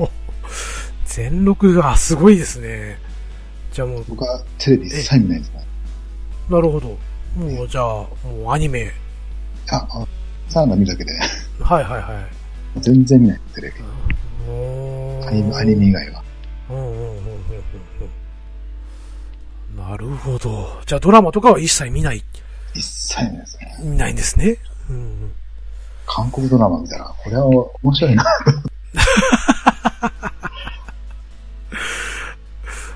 あ 全録がすごいですね。じゃあもう、僕はテレビ一切見ないですね。なるほど。もうじゃあ、もうアニメ。あ、あサンが見るだけで、はいはいはい。全然見ない、テレビ。おーアニメアニメ以外は。うんうんうんうんうんうん。なるほど。じゃあドラマとかは一切見ない、一切見ないですね。見ないんですね。うんうん。韓国ドラマ見たら、これは面白 いな。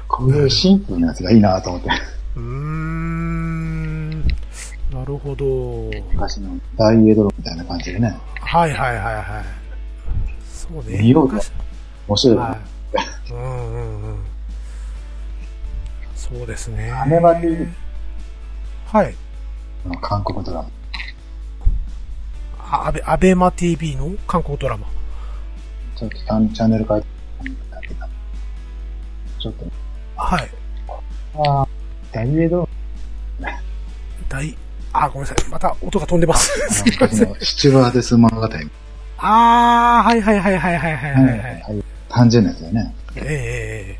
こういうシンプルなやつがいいなと思って。うーん。なるほど。昔の大エドロみたいな感じでね。はいはいはいはい。そうね。見ようと昔面白いな。はい。うんうんうん。そうですね。アメバルはい。韓国ドラマ。あアベ、アベマ TV の韓国ドラマ。ちょっとチャンチャンネル変えてたけどちょっと、はい。ああ、ダイエドロ大、あ、ごめんなさい。また音が飛んでます。すいま昔せん。のシチュワーデス物語。はい あー、はいはいはいはいはい はいはい。はい、はい。単純なやつだよね。えええ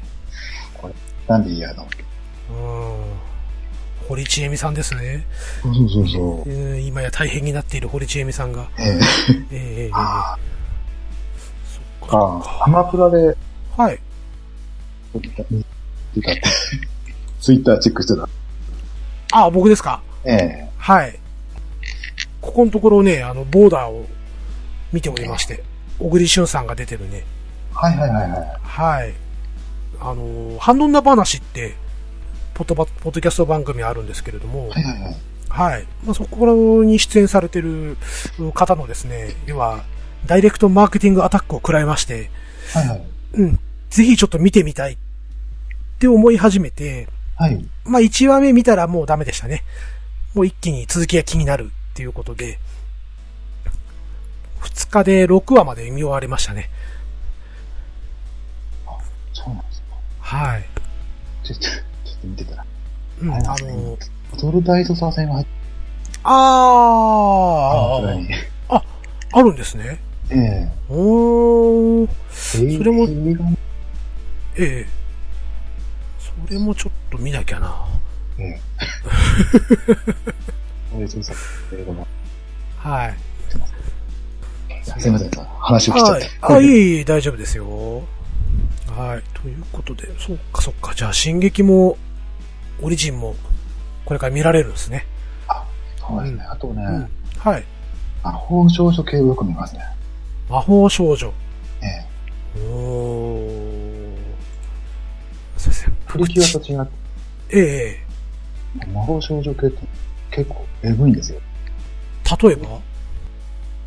えなんでいいやと思って。ええうん。堀ちえみさんですね。そうそうそうそうう。ん今や大変になっている堀ちえみさんが。ええええええええあそっか。あ、アマプラではい。見たって、ツイッターチェックしてた。あ、僕ですか。ええはい。ここのところね、あの、ボーダーを見ておりまして、小栗旬さんが出てるね。はいはいはいはい。はい。あの、ハンドンダ話って、ポッドバポッドキャスト番組あるんですけれども、はいはいはい。はい。まあ、そこに出演されてる方のですね、では、ダイレクトマーケティングアタックを食らいまして、はいはい。うん、ぜひちょっと見てみたいって思い始めて、はい。まあ、1話目見たらもうダメでしたね。もう一気に続きが気になるっていうことで、2日で6話まで見終わりましたね。そうなんですか。はい。ちょっと、ちょっと見てたら。うん、あれなんあですねの、バトル大捜査線が入ってあたー、に。あるんですね。ええおー、それも映画のええ。それもちょっと見なきゃな。ええ。大捜査線映画もはい。すいません、話を聞きちゃっはいて。。あ、いえいえ、大丈夫ですよ。はい。ということで、そっかそっか。じゃあ、進撃も、オリジンも、これから見られるんですね。そうですね。あとね、うん。はい。魔法少女系をよく見ますね。魔法少女。ええ。おー。すいません。プリキュアと違って、ええ魔法少女系って結構エグいんですよ。例えば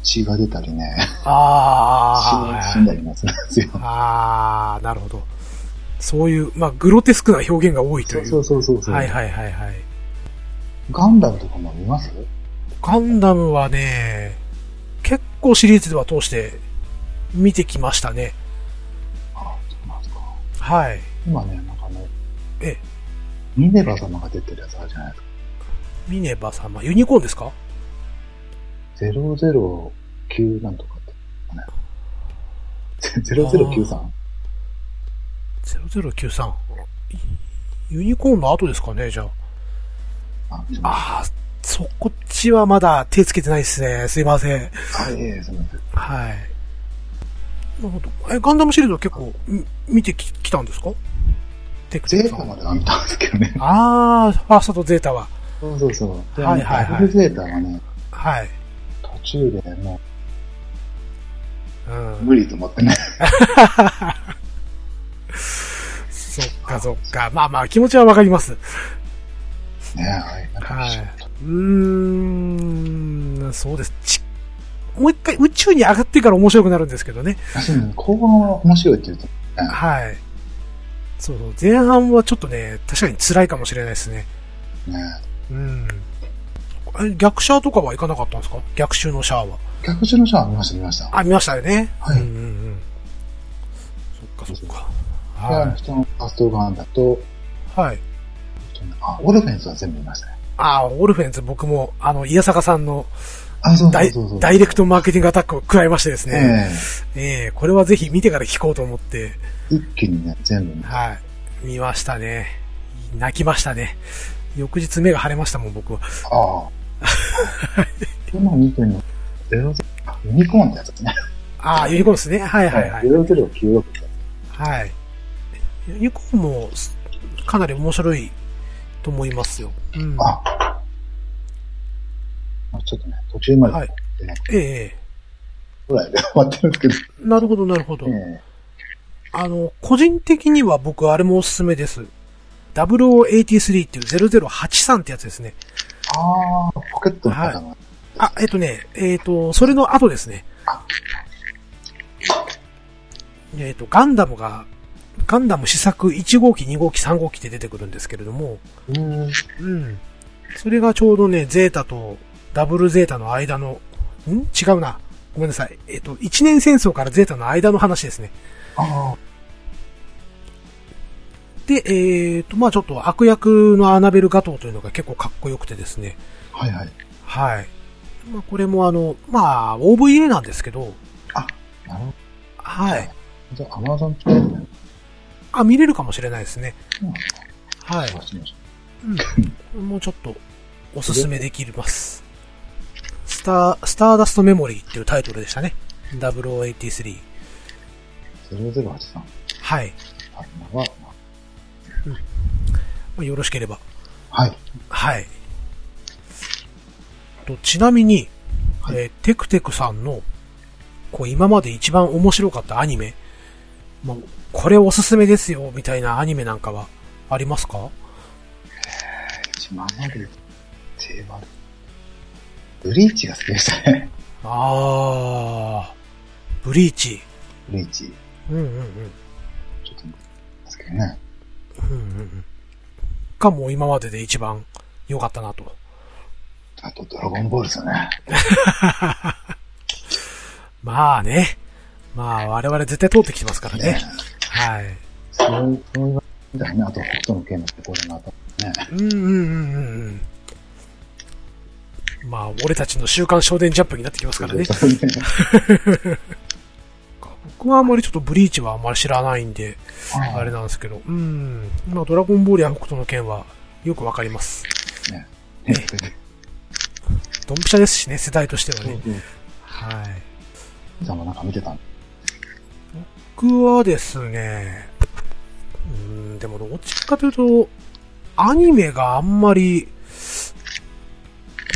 血が出たりね、あー。死死んだりもするんですよ。あー、なるほど。そういう、まあ、グロテスクな表現が多いとそいうう。そうそうそうそう。はいはいはいはい。ガンダムとかも見ますガンダムはね、結構シリーズでは通して見てきましたね。あそうなんですか。はい。今ね、なんかね、ええ、ミネバ様が出てるやつあるじゃないですか。ミネバ様、ユニコーンですか009なんとかって。ね、0093? 0093。ユニコーンの後ですかね、じゃあ。あ、ちょっとああ、そこっちはまだ手つけてないですね。すいません。あ、いえいえ、すみません。はい。なるほど。え、ガンダムシリーズは結構み見てききたんですかテクゼテクーさんタまでは見たんですけどね。ああ、ファーストとゼータは。そうそうそう。ではいはいはいダブルゼータはね、はい。途中でもうんう。無理と思ってね。そっかそっか。まあまあ、気持ちはわかります。ねはい。なんかはい。うーん、そうです。ちもう一回宇宙に上がってから面白くなるんですけどね。私ね、後半は面白いって言うと、はい。そうそう。前半はちょっとね、確かに辛いかもしれないですね。ね、うん。え逆シャアとかはいかなかったんですか逆襲のシャアは。逆中のシャア見ました見ました。あ、見ましたよね。はいうんうんうん。そっかそっか。で、あのは人のファーストガンダと、い。はい。あ、オルフェンスは全部見ましたね。ああ、オルフェンズ僕も、あの、イヤサカさんの、あ、そうダそうイそうそう。ダイレクトマーケティングアタックを食らいましてですね、ええーこれはぜひ見てから聞こうと思って、え一気にね、全部ね。はい、見ましたね。泣きましたね。翌日目が腫れましたもん、僕は。ああ。 今見てるの、ゼロゼロ、あユニコーンってやつですね。ああ、ユニコーンですね。はいはいはいゼ。ロゼロ九六ってやはい。ユニコーンもかなり面白いと思いますよ。うんつ。。ああ。ちょっとね、途中まではい終わってないええぐらいで終わってるんですけど。なるほど、なるほど。えあの、個人的には僕、あれもおすすめです。0083っていう0083ってやつですね。えああ、ポケットの方が。あ、えっとね、えっと、それの後ですね。えっと、ガンダムが、ガンダム試作1号機、2号機、3号機って出てくるんですけれども、うーん。うん。それがちょうどね、ゼータとダブルゼータの間の、ん違うな。ごめんなさい。えっ、と、一年戦争からゼータの間の話ですね。あで、えっ、と、まあちょっと悪役のアナベルガトーというのが結構かっこよくてですね。あ、はいはい。はい。まあこれもあの、まあ OVA なんですけど、なるほはい。ど。じゃあ、アマゾンプライムであ、見れるかもしれないですね。うんはい。探してみましょうん。もうちょっと、おすすめできます。スター、スターダストメモリーっていうタイトルでしたね。0083。う。ゼロゼロ八三。はい。はい、まあままあよろしければ。あはい。はい。とちなみに、はいえーテクテクさんの、こう、今まで一番面白かったアニメ、まあ、これおすすめですよ、みたいなアニメなんかはありますか今まで、定番。ブリーチが好きでしたね。あー、ブリーチ。ブリーチ。うんうんうん。ちょっと、ですけどね。うんうんうん。がもう今までで一番良かったなと。あと、ドラゴンボールですよね。まあね。まあ我々絶対通ってきてますからね。はい。そう、そういう、みたいな。あと、北斗の剣のところの後ね。うんうんうんうんうん。まあ、俺たちの週刊少年ジャンプになってきますからね。僕はあんまりちょっとブリーチはあんまり知らないんで、あれなんですけど、うん。まあ、ドラゴンボールや北斗の剣はよくわかります。ね。ね。ドンピシャですしね、世代としてはね。ね。はい。さんもなんか見てたの僕はですね、うん、でもどっちかというと、アニメがあんまり、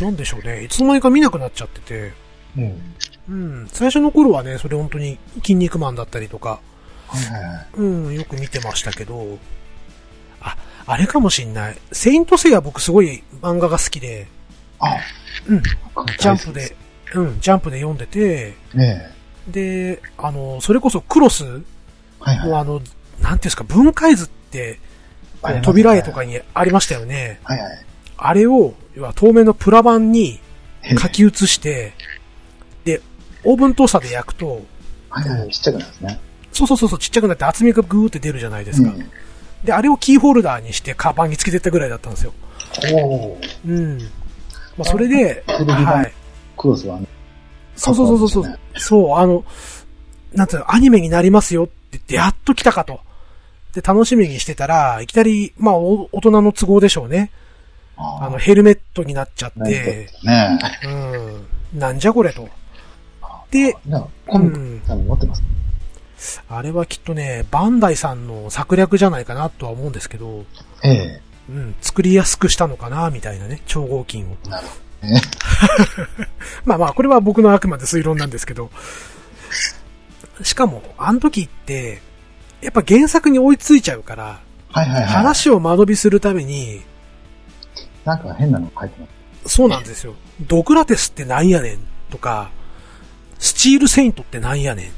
なんでしょうね、いつの間にか見なくなっちゃってて、うん。うん、最初の頃はね、それ本当に、筋肉マンだったりとか、はいはいはい。うん、よく見てましたけど、あ、あれかもしんない。セイントセイは僕すごい漫画が好きで、あうん、ジャ大ンプ好きすで、うん、ジャンプで読んでて、ねえ。で、あの、それこそクロスはいはいも。あの、なんていうんですか、分解図って、ありますね扉絵とかにありましたよね。はいはい。あれを、要は透明のプラ板に書き写して、で、オーブントースターで焼くと、はいはい。ちっちゃくなるんですね。そうそうそうそう、ちっちゃくなって厚みがグーって出るじゃないですか。うで、あれをキーホルダーにして、カバンにつけてったぐらいだったんですよ。んおー。うん。まあ、それで、テレビ版はい。クロスはね、そうそうそうそう。そカバンうそう、あの、なんていうの、アニメになりますよって言って、やっと来たかと。で、楽しみにしてたら、いきなり、まあ、お大人の都合でしょうね。ああーの、ヘルメットになっちゃっなんかねて、うん。なんじゃこれと。で、なんかコミック多分持ってます。あれはきっとね、バンダイさんの策略じゃないかなとは思うんですけど、ええ。うん、作りやすくしたのかな、みたいなね、超合金を。なるほどね。まあまあ、これは僕のあくまで推論なんですけど。しかも、あの時って、やっぱ原作に追いついちゃうから、はいはいはい。話を間延びするために、なんか変なの書いてます。そうなんですよ。ドクラテスってなんやねんとか、スチールセイントってなんやねん。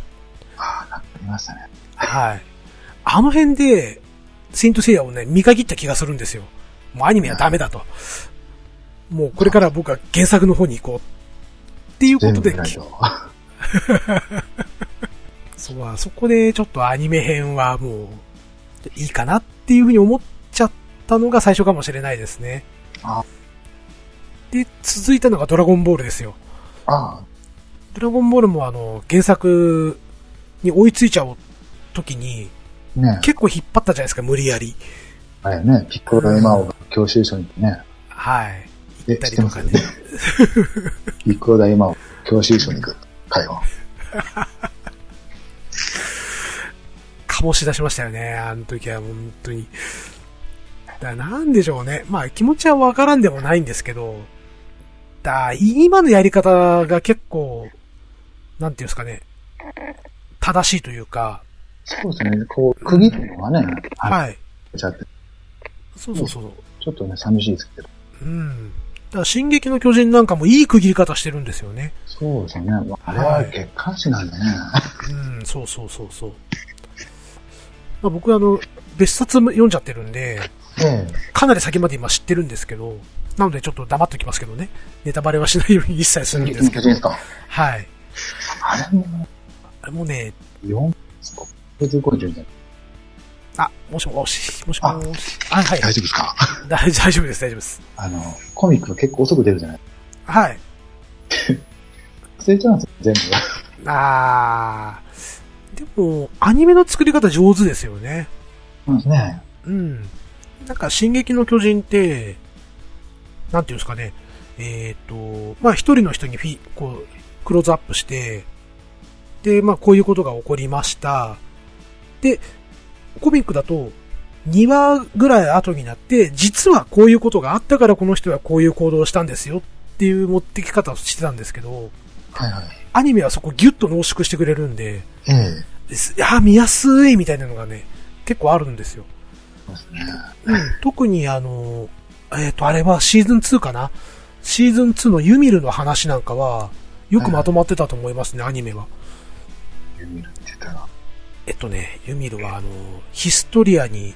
ああ、なんかありましたね。はい。あの辺で、セイントセイヤをね、見限った気がするんですよ。もうアニメはダメだと。もうこれから僕は原作の方に行こう。っていうこ全と部で見、ないと。そうあそこでちょっとアニメ編はもう、いいかなっていうふうに思っちゃったのが最初かもしれないですねあ。で、続いたのがドラゴンボールですよ。 ああ、ドラゴンボールもあの、原作に追いついちゃう時に、ね結構引っ張ったじゃないですか、無理やり。あれね、ピッコロエマオが教習所にね、はい。え、た知りとってまかすねよね。 ピッコロエマオ教習所に行く会話。醸し出しましたよね、あの時は本当に。だなんでしょうね。まあ気持ちはわからんでもないんですけど、だ今のやり方が結構、なんていうんですかね、正しいというか、そうですね、こう、区切るのがね、はい。い。ちゃって、そうそうそう。ちょっとね、寂しいですけど。うん。だから進撃の巨人なんかもいい区切り方してるんですよね。そうですね、あれは月刊誌なんでね。うん、そうそうそうそう。まあ、僕あの、別冊も読んじゃってるんで、えかなり先まで今知ってるんですけど、なのでちょっと黙っときますけどね。ネタバレはしないように一切するんえ。ですけど。ですか。はい。あれも、もうね、 4、別にこれ順じあ、もしもし、もしもし。あ、はい。 大丈夫ですか大大丈夫です、大丈夫です。あの、コミックが結構遅く出るじゃないはい。忘れちゃうんですよ、全部。あー。でも、アニメの作り方上手ですよね。そうですね。うん。なんか、進撃の巨人って、なんていうんですかね。えっ、と、まあ、一人の人にフィ、こう、クローズアップして、で、まあ、こういうことが起こりました。で、コミックだと、2話ぐらい後になって、実はこういうことがあったからこの人はこういう行動をしたんですよっていう持ってき方をしてたんですけど、はいはい。アニメはそこギュッと濃縮してくれるんで、ええ。ですあー、見やすいみたいなのがね、結構あるんですよ。そうですね。 特にあの、えっ、と、あれはシーズン2かなシーズン2のユミルの話なんかは、よくまとまってたと思いますね、アニメは。ユミルって言ったら、えっとね、ユミルはあの、ヒストリアに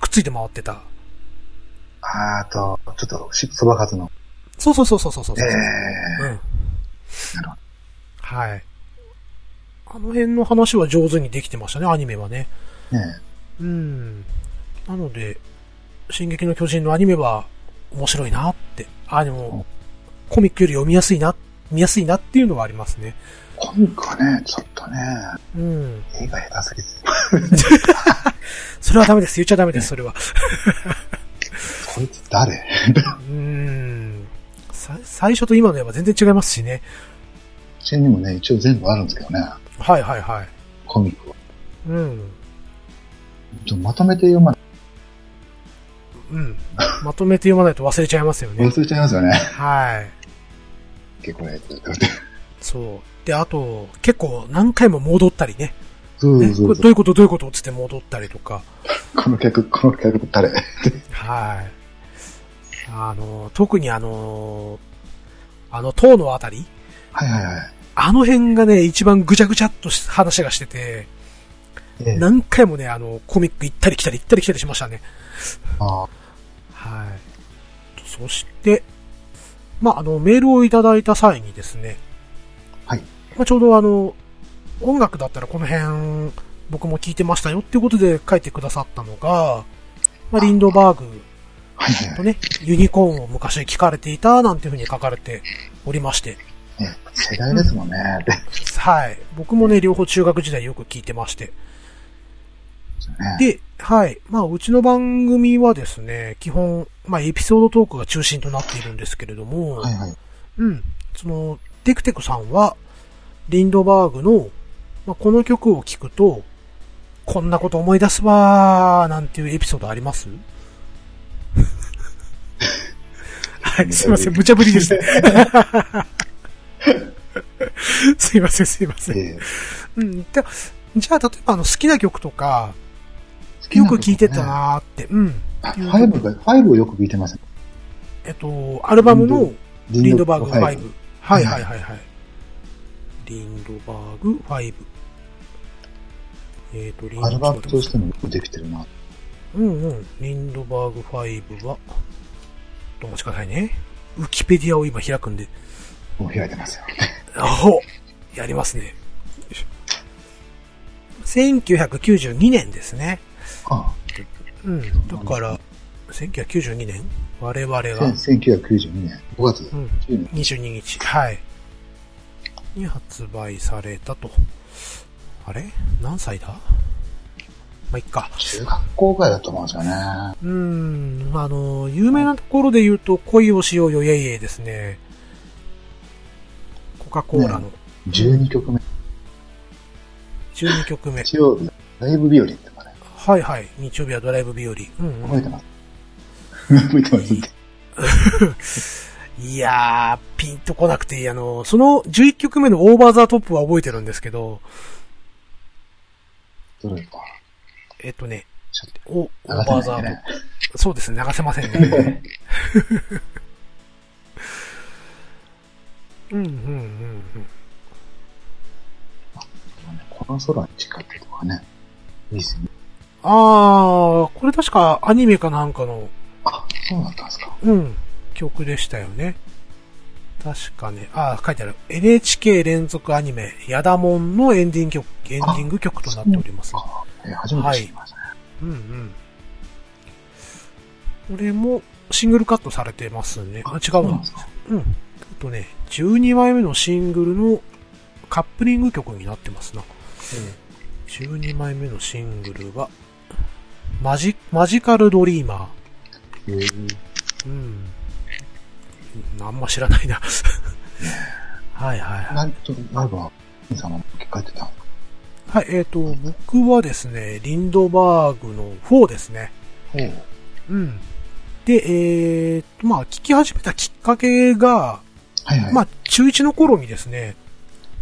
くっついて回ってた。あーあと、ちょっと、しそばかつの。そうそうそうそうそうそう。ええうん。なるほはい。あの辺の話は上手にできてましたね、アニメはね。ど。ねうん。なので、進撃の巨人のアニメは面白いなって、あ、でも、コミックより読みやすいな、見やすいなっていうのはありますね。え。コミックはね、ちょっとね、うん。絵が下手すぎて、それはダメです。言っちゃダメです、それは。こいつ誰うん。さ最初と今の絵は全然違いますしね。うちにもね、一応全部あるんですけどね、はいはいはい。コミックは。うん。ちょっとまとめて読まない。 うん。まとめて読まないと忘れちゃいますよね。忘れちゃいますよね。はい。結構ね、こうやってそう。で、あと、結構何回も戻ったりね。そうねそこうれどそ う。いううことどういうことつって戻ったりとか。この客、この客誰はい。あの、特にあの、あの塔のあたりはいはいはい。あの辺がね、一番ぐちゃぐちゃっとし話がしてて、ええ。何回もね、あの、コミック行ったり来たり行ったり来たりしましたね。あはい。そして、まあ、あの、メールをいただいた際にですね、はい。まあ、ちょうどあの、音楽だったらこの辺、僕も聞いてましたよっていうことで書いてくださったのが、まあ、リンドバーグはいはいはとい。ね、ユニコーンを昔聞かれていたなんていうふうに書かれておりまして、ええ世代ですもんね。ってはい。僕もね、両方中学時代よく聞いてまして、ねで、はい。まあ、うちの番組はですね、基本、まあ、エピソードトークが中心となっているんですけれども、はいはい。うん。その、テクテクさんは、リンドバーグの、まあ、この曲を聴くと、こんなこと思い出すわー、なんていうエピソードあり ます はい、すいません、無茶ぶりです ね。すいません、すいません。ええうん。でじゃあ、例えば、あの、好きな曲とか、好きよな曲くね聴いてたなーって、うん。あファイブが、ファイブをよく聞いてます。えっと、アルバムの、リンドバーグ5。ファイブはいはいはいはい。リンドバーグ5。えっ、と、リンアルバムとドしてもよくできてるな。うんうん。リンドバーグ5は、どうもちくださいね。ウィキペディアを今開くんで。もう開いてますよ。あほやりますね。1992年ですね。あうん。だから、 1992年我々が1992年5月うん10日。 22日。はい。に発売されたと。あれ何歳だまあ、いっか。中学校ぐらいだと思うんですよね。うーん、まああの、有名なところで言うと、恋をしようよ、イェイイェイですね。コカ・コーラの12曲目。 12曲目。日曜日、ライブ日和とかね。はいはい。日曜日はドライブ日和。うん、うん覚えてます。覚えてますって。いやー、ピンとこなくて、あの、その11曲目のオーバーザートップは覚えてるんですけど、どれか。えっとね、ちょっお、オーと、バー流せザなートッいでね。 プ。そうですね、流せませんね。うん、うん、うん、うん。この空に誓ってとかね。いいですね。あー、これ確かアニメかなんかの、あ、そうだったんですか。うん、曲でしたよね。確かね、あー、書いてある。NHK 連続アニメ、ヤダモンのエンディング曲、エンディング曲となっております。あ、えー初めて知りましたね。うんうん。これもシングルカットされてますね。あ、違うそうななんですか。うん。えっとね、12枚目のシングルのカップリング曲になってますな。12枚目のシングルは、マジ、マジカルドリーマえーー。うん。あんま知らない な。はいはいはい。なんと、ライブは、皆さんも結果やってたんですかはい、えっ、と、僕はですね、リンドバーグの4ですね。うん。で、えーっと、まあ、聞き始めたきっかけが、はいはい。まあ、中1の頃にですね、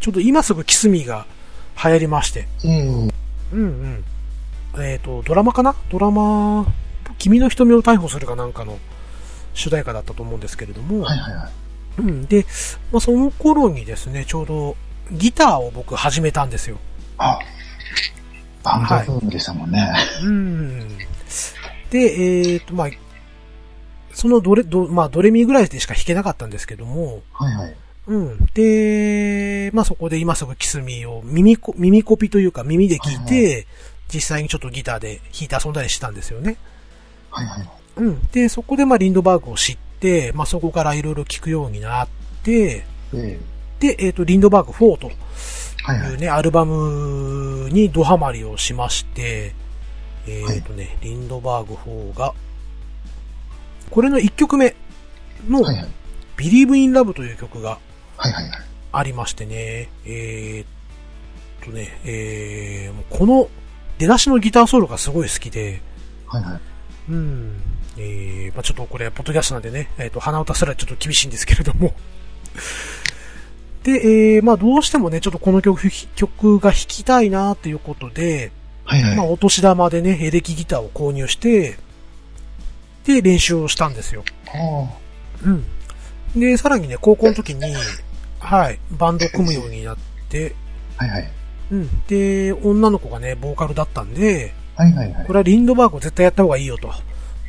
ちょうど今すぐキスミーが流行りまして、うん。うんうん。えーっと、ドラマかなドラマ、君の瞳を逮捕するかなんかの主題歌だったと思うんですけれども、はいはいはい。うん。で、まあ、その頃にですね、ちょうどギターを僕始めたんですよ。あ、バンドブームでしたもんね。うん。で、えーっと、まあ、そのどれ、ど、まあ、ドレミぐらいでしか弾けなかったんですけども、はいはい。うん。で、まあそこで今すぐキスミーを耳こ、耳コピというか耳で聞いて、はい実際にちょっとギターで弾いて遊んだりしたんですよね。はいはいはい。うん。で、そこでまあリンドバーグを知って、まあそこからいろいろ聞くようになって、えで、えっ、と、リンドバーグ4といーはいはうい。ね、アルバムにドハマりをしまして、えっ、とね、リンドバーグ4が、これの1曲目のはいはい。 Believe in Love という曲がはいはいはい。ありましてね、えー、っとね、えー、もうこの出だしのギターソロがすごい好きで、はいはい。うん、えー、まあちょっとこれ、ポッドキャストなんでね、えーっと、鼻歌すらちょっと厳しいんですけれども。で、えー、まあどうしてもね、ちょっとこの曲、曲が弾きたいなということで、はいはい。まあお年玉でね、エレキギターを購入して、で、練習をしたんですよ。あうん。で、さらにね、高校の時に、はい、バンドを組むようになって、あはいはい。うん。で、女の子がね、ボーカルだったんで、はいはいはいこ。れはリンドバーグを絶対やった方がいいよと、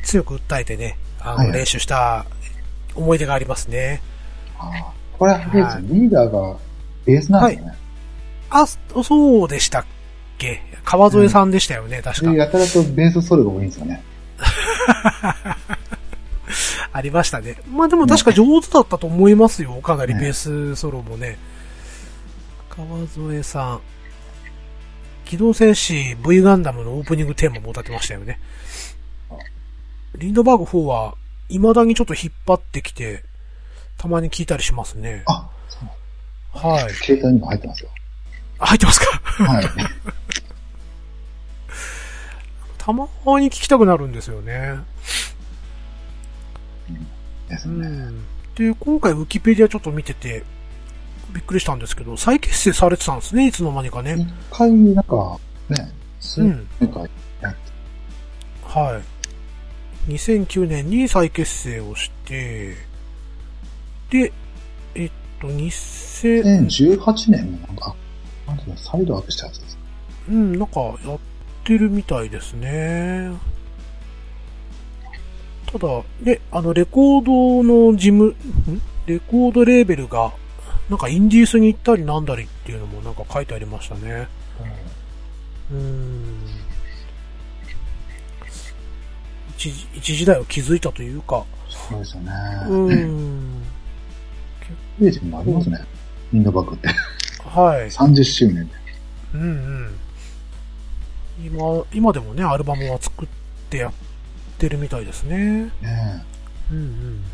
強く訴えてね、あはいの、はい練習した思い出がありますね。ああこれはあれですねリーダーがベースなんですよね。あ、そそうでしたっけ川添さんでしたよね、確で、か。やたらとベースソロが多いんですよね。ありましたね。まあでも確か上手だったと思いますよ、かなりベースソロもね。川添さん。機動戦士 V ガンダムのオープニングテーマも歌ってましたよね。リンドバーグ4は、未だにちょっと引っ張ってきて、たまに聞いたりしますね。あ、そうなんではい。す。携帯にも入ってますよ。あ入ってますかは い。たまに聞きたくなるんですよね。ですうね。ん。で、今回ウィキペディアちょっと見てて、びっくりしたんですけど、再結成されてたんですね、いつの間にかね。一回、なんか、ね、数うん年かやって、はい。2009年に再結成をして、で、えっと、2000、 2018年もなんか、なんていうの、サイドアップしたやつです。うん、なんかやってるみたいですね。ただ、ね、あの、レコードの事務、んレコードレーベルが、なんかインディースに行ったりなんだりっていうのもなんか書いてありましたね。うーん。一時一時代を築いたというか、そうですよね。ううん。ん、ミュージックもありますね。インドバッグって。はい、 30周年で。うんうん。今、今でもね、アルバムは作ってやってるみたいですね。ねうんうん。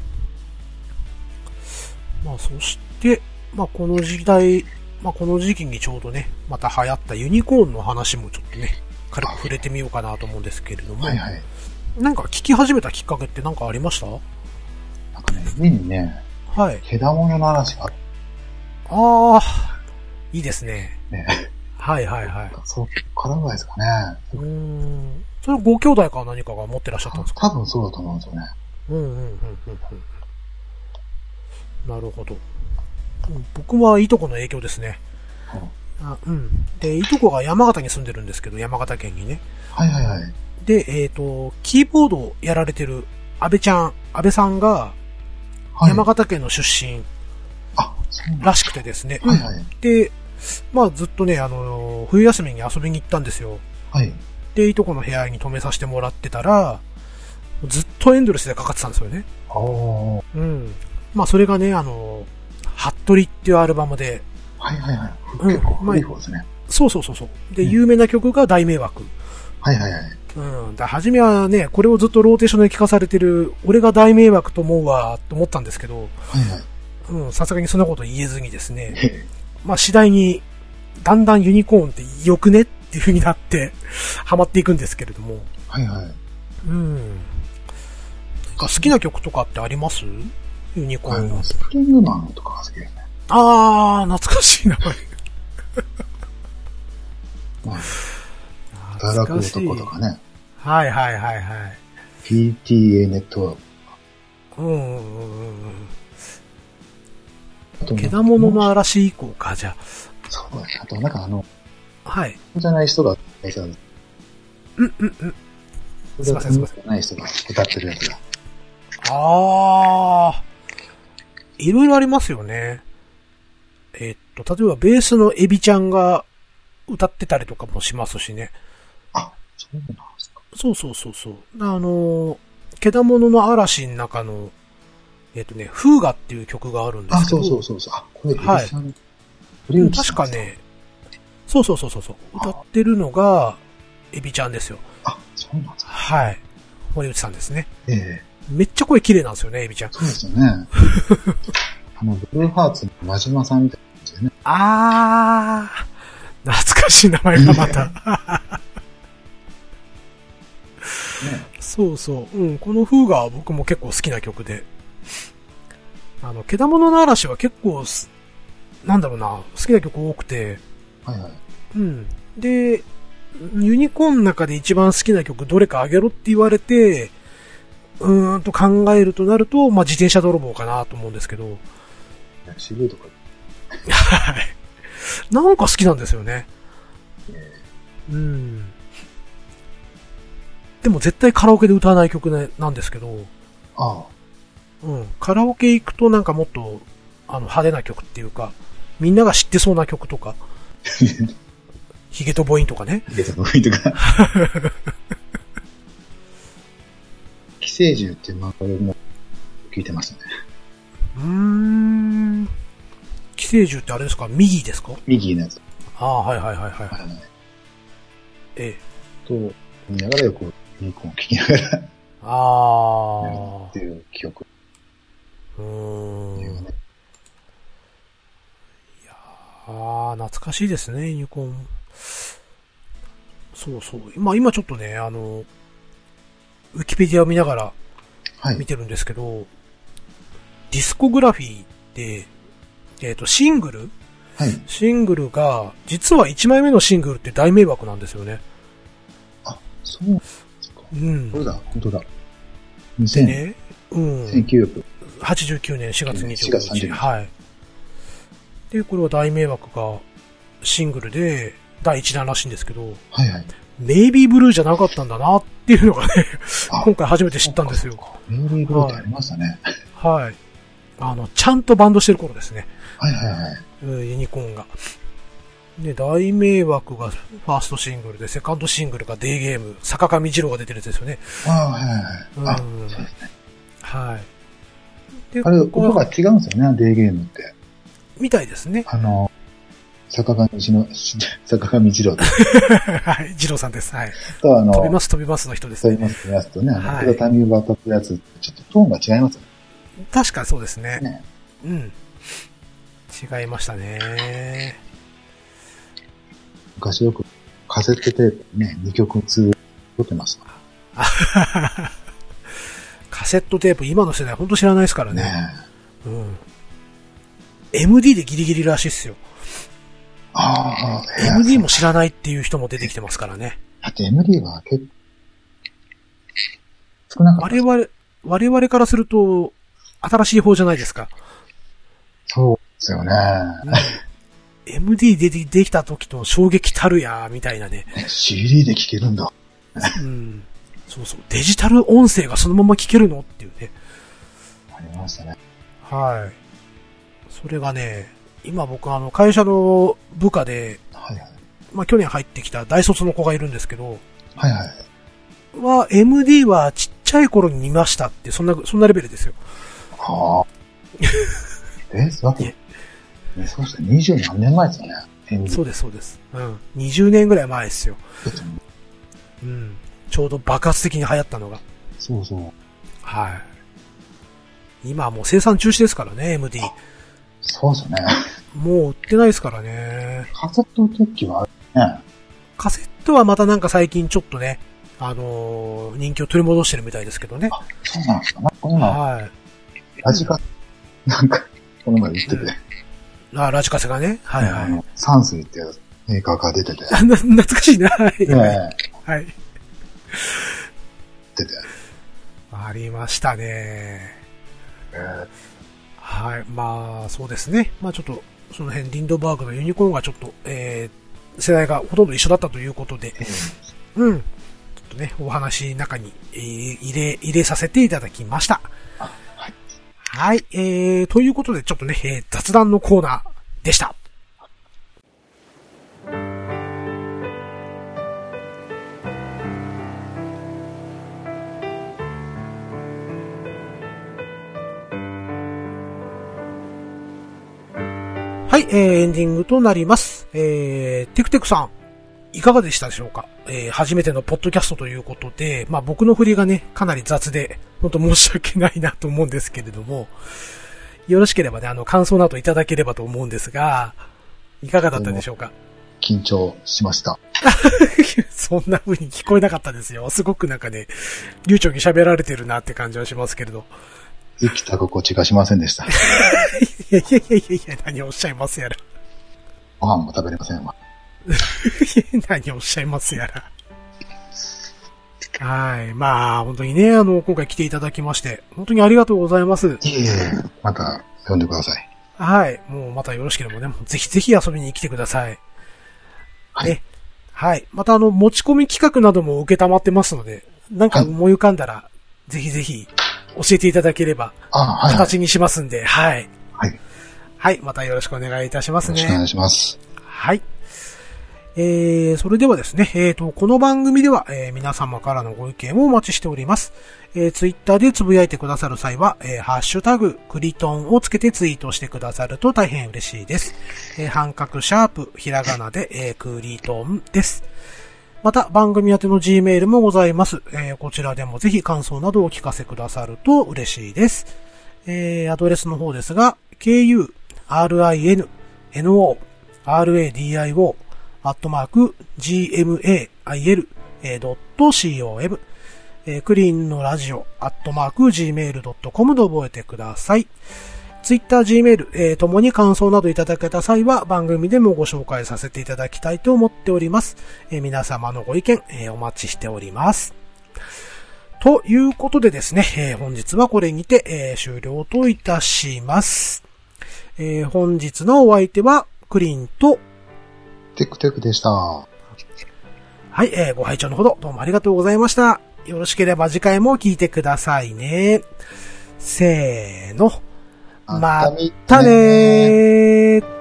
まあ、そして、まあ、この時代、まあ、この時期にちょうどね、また流行ったユニコーンの話もちょっとね、軽く触れてみようかなと思うんですけれども、はいはい。なんか聞き始めたきっかけって何かありましたなんかね、家にね、はい。毛玉の話がある。ああ、いいですね。ねはいはいはい。そっからぐらいですかね。うーん。それご兄弟か何かが持ってらっしゃったんですか多分そうだと思うんですよね。うんうんうんうんうん。なるほど。うん僕はいとこの影響ですね。あうん。で、いとこが山形に住んでるんですけど、山形県にね。はいはいはい。で、えっ、と、キーボードをやられてる安倍ちゃん、安倍さんがはい、山形県の出身あ、そうなんだ。らしくてですね。はいはい。で、まあずっとね、あのー冬休みに遊びに行ったんですよ。はい。で、いとこの部屋に泊めさせてもらってたら、ずっとエンドレスでかかってたんですよね。おー。うん。まあ、それがね、あの、ハットリっていうアルバムで、はいはいはい。うん結構古いま方ですね。そうそうそうそう。で、うん有名な曲が大迷惑。はいはいはい。うん。だ初めはね、これをずっとローテーションで聴かされてる、俺が大迷惑と思うわ、と思ったんですけど、はいはい。うん、さすがにそんなこと言えずにですね、へえまあ、次第に、だんだんユニコーンって良くねっていう風になって、ハマっていくんですけれども、はいはい。うん。なんか好きな曲とかってありますユニコあーンのの、。スプリングマンとかが好きですね。あー、懐かしいな、これ。まあ、懐働かくしい男とかね。はいはいはいはい。 PTA ネットワーク。うんうんうんうんあとうん。ねけだものの嵐以降か、じゃそうだね。あと、なんかあの、あ。はい。じゃない人が、えそううんうんうん。すいませんすいまじゃない人が歌ってるやつが。あー。いろいろありますよね。えっと、例えばベースのエビちゃんが歌ってたりとかもしますしね。あ、そうなんですか。そうそうそうそう。あのー、けだものの嵐の中の、えっとね、フーガっていう曲があるんであ、すけど。そうそうそうそう。あ、これ、はいエビさんう堀ん内さ確んかね、そうそうそうそうそう。歌ってるのが、エビちゃんですよ。あ、そうなんですか。はい。森内さんですね。ええめっちゃ声綺麗なんですよね、エビちゃん。そうですよね。 あの、ブルーハーツの真島さんみたいな感じでね。あー。懐かしい名前がま た。ねそうそう。うん、この風が僕も結構好きな曲で。あの、けだものの嵐は結構す、なんだろうな、好きな曲多くて。はいはい。うん。で、ユニコーンの中で一番好きな曲どれかあげろって言われて、うーんと考えるとなると、まあ、自転車泥棒かなと思うんですけど、渋いとこなんか好きなんですよね。うん。でも絶対カラオケで歌わない曲ねなんですけど、あうん。カラオケ行くとなんかもっと、あの、派手な曲っていうか、みんなが知ってそうな曲とか、ヒゲとボインとかね。あ、ゲタの雰囲気とか。 寄生獣っていう漫画も聞いてましたね。うーん。寄生獣ってあれですか右ですか右のやつ。ああ、はいはいはいはい。はいはい。ええ。と、見ながらよくユニコーンを聞きながらあやるあって。いう記憶うー。っていうんね。ああ、懐かしいですね、ユニコーン。そうそう。まあ今ちょっとね、あの、ウィキペディアを見ながらはい見。てるんですけど、ディスコグラフィーって、えっ、と、シングルはい。シングルが、実は1枚目のシングルって大迷惑なんですよね。あ、そうなんですか。うんそ。うだ、本当だ。で2000、ね、うん。 1900。 89年4月4月25 30日。日はい。で、これは大迷惑がシングルで第1弾らしいんですけど、はいはい。ネイビーブルーじゃなかったんだなっていうのがね、あ今回初めて知ったんですよ。メーリーブルーってありましたね。はい。あの、ちゃんとバンドしてる頃ですね。はいはいはい。うんユニコーンが。ね、大迷惑がファーストシングルで、セカンドシングルがデーゲーム、坂上二郎が出てるやつですよね。ああ、はいはいはい。うんあ、そうですね。はい。であれ、ここは音が違うんですよね、デーゲームって。みたいですね。あの、坂上一の、 坂上一郎はい。二郎さんです。はい。と、あの、飛びます、飛びますの人ですそうね。言いますやつとね、あの、はい黒谷バタやつってちょっとトーンが違いますよ確かにそうですね。ね。うん。違いましたね。昔よくカセットテープね、2曲通撮ってました。カセットテープ、今の世代ほんと知らないですからねね。うん。MD でギリギリらしいっすよ。ああ、いや MD も知らないっていう人も出てきてますからね。だって MD は結構、少なかった。我々、我々からすると、新しい方じゃないですか。そうですよね。 MD ででできた時と衝撃たるや、みたいな ね。ね CD で聴けるんだ。うん。そうそう。デジタル音声がそのまま聞けるのっていうね。ありましたね。はい。それがね、今僕あの、会社の部下で、はいはい。まあ、去年入ってきた大卒の子がいるんですけど、はいはい。は、MD はちっちゃい頃に見ましたって、そんな、そんなレベルですよ。はあ。 え、だって、ね、そうしたら20何年前ですよね。MD そうです、そうです。うん。20年ぐらい前ですよ。うん。ちょうど爆発的に流行ったのが。そうそう。はい。今はもう生産中止ですからね、MD。そうですよね。もう売ってないですからね。カセットの時はね、カセットはまたなんか最近ちょっとね、あのー人気を取り戻してるみたいですけどね。そうなんですかね。今、はい。ラジカ、なんか、この前言ってて、あ、ラジカセがね。はいはあい。の、山水っていうメーカーから出てて、な 懐かしいな。はい。ええはい。出てて、ありましたね。えーはい。まあ、そうですね。まあちょっと、その辺、リンドバーグのユニコーンがちょっと、えー、世代がほとんど一緒だったということで、うん。ちょっとね、お話の中に、えー入れ、入れさせていただきました。はいはい。えー、ということで、ちょっとね、えー雑談のコーナーでした。はい、えー、エンディングとなります。えー、テクテクさん、いかがでしたでしょうかえー、初めてのポッドキャストということで、まあ僕の振りがね、かなり雑で、本当申し訳ないなと思うんですけれども、よろしければね、あの、感想などいただければと思うんですが、いかがだったでしょうか緊張しました。 そんな風に聞こえなかったですよ。すごくなんかね、流暢に喋られてるなって感じはしますけれど。生きた心地がしませんでした。いやいやいやいやいや、何をおっしゃいますやら。 ご飯も食べれませんわ。何をおっしゃいますやら。はい。まあ、本当にね、あの、今回来ていただきまして、本当にありがとうございます。いえいえ、また呼んでください。はい。もうまたよろしければね、ぜひぜひ遊びに来てください。はいね。はい。またあの、持ち込み企画なども受けたまってますので、なんか思い浮かんだら、ぜひぜひ教えていただければ、あ、はい、はい。形にしますんで、はい。はい。よはい。またよろしくお願いいたしますろね。しくお願いします。はい。えー、それではですね、えーと、この番組では、えー皆様からのご意見をお待ちしております。えー、ツイッターでつぶやいてくださる際は、えーハッシュタグ、クリトンをつけてツイートしてくださると大変嬉しいです。えー、半角シャープ、ひらがなで、えークリトンです。また、番組宛ての G メールもございます。えーこちらでもぜひ感想などをお聞かせくださると嬉しいです。えーアドレスの方ですが、ku, rin, no, radio, アットマーク、gmail.com、えークリーンのラジオ、アットマーク、gmail.com で覚えてください。ツイッター、Gmail、えー、ともに感想などいただけた際は番組でもご紹介させていただきたいと思っております。えー皆様のご意見、えーお待ちしております。ということでですね、えー本日はこれにて、えー終了といたします。えー本日のお相手は、クリンと、テクテクでした。はい、えーご拝聴のほどどうもありがとうございました。よろしければ次回も聞いてくださいね。せーの。ままたねー。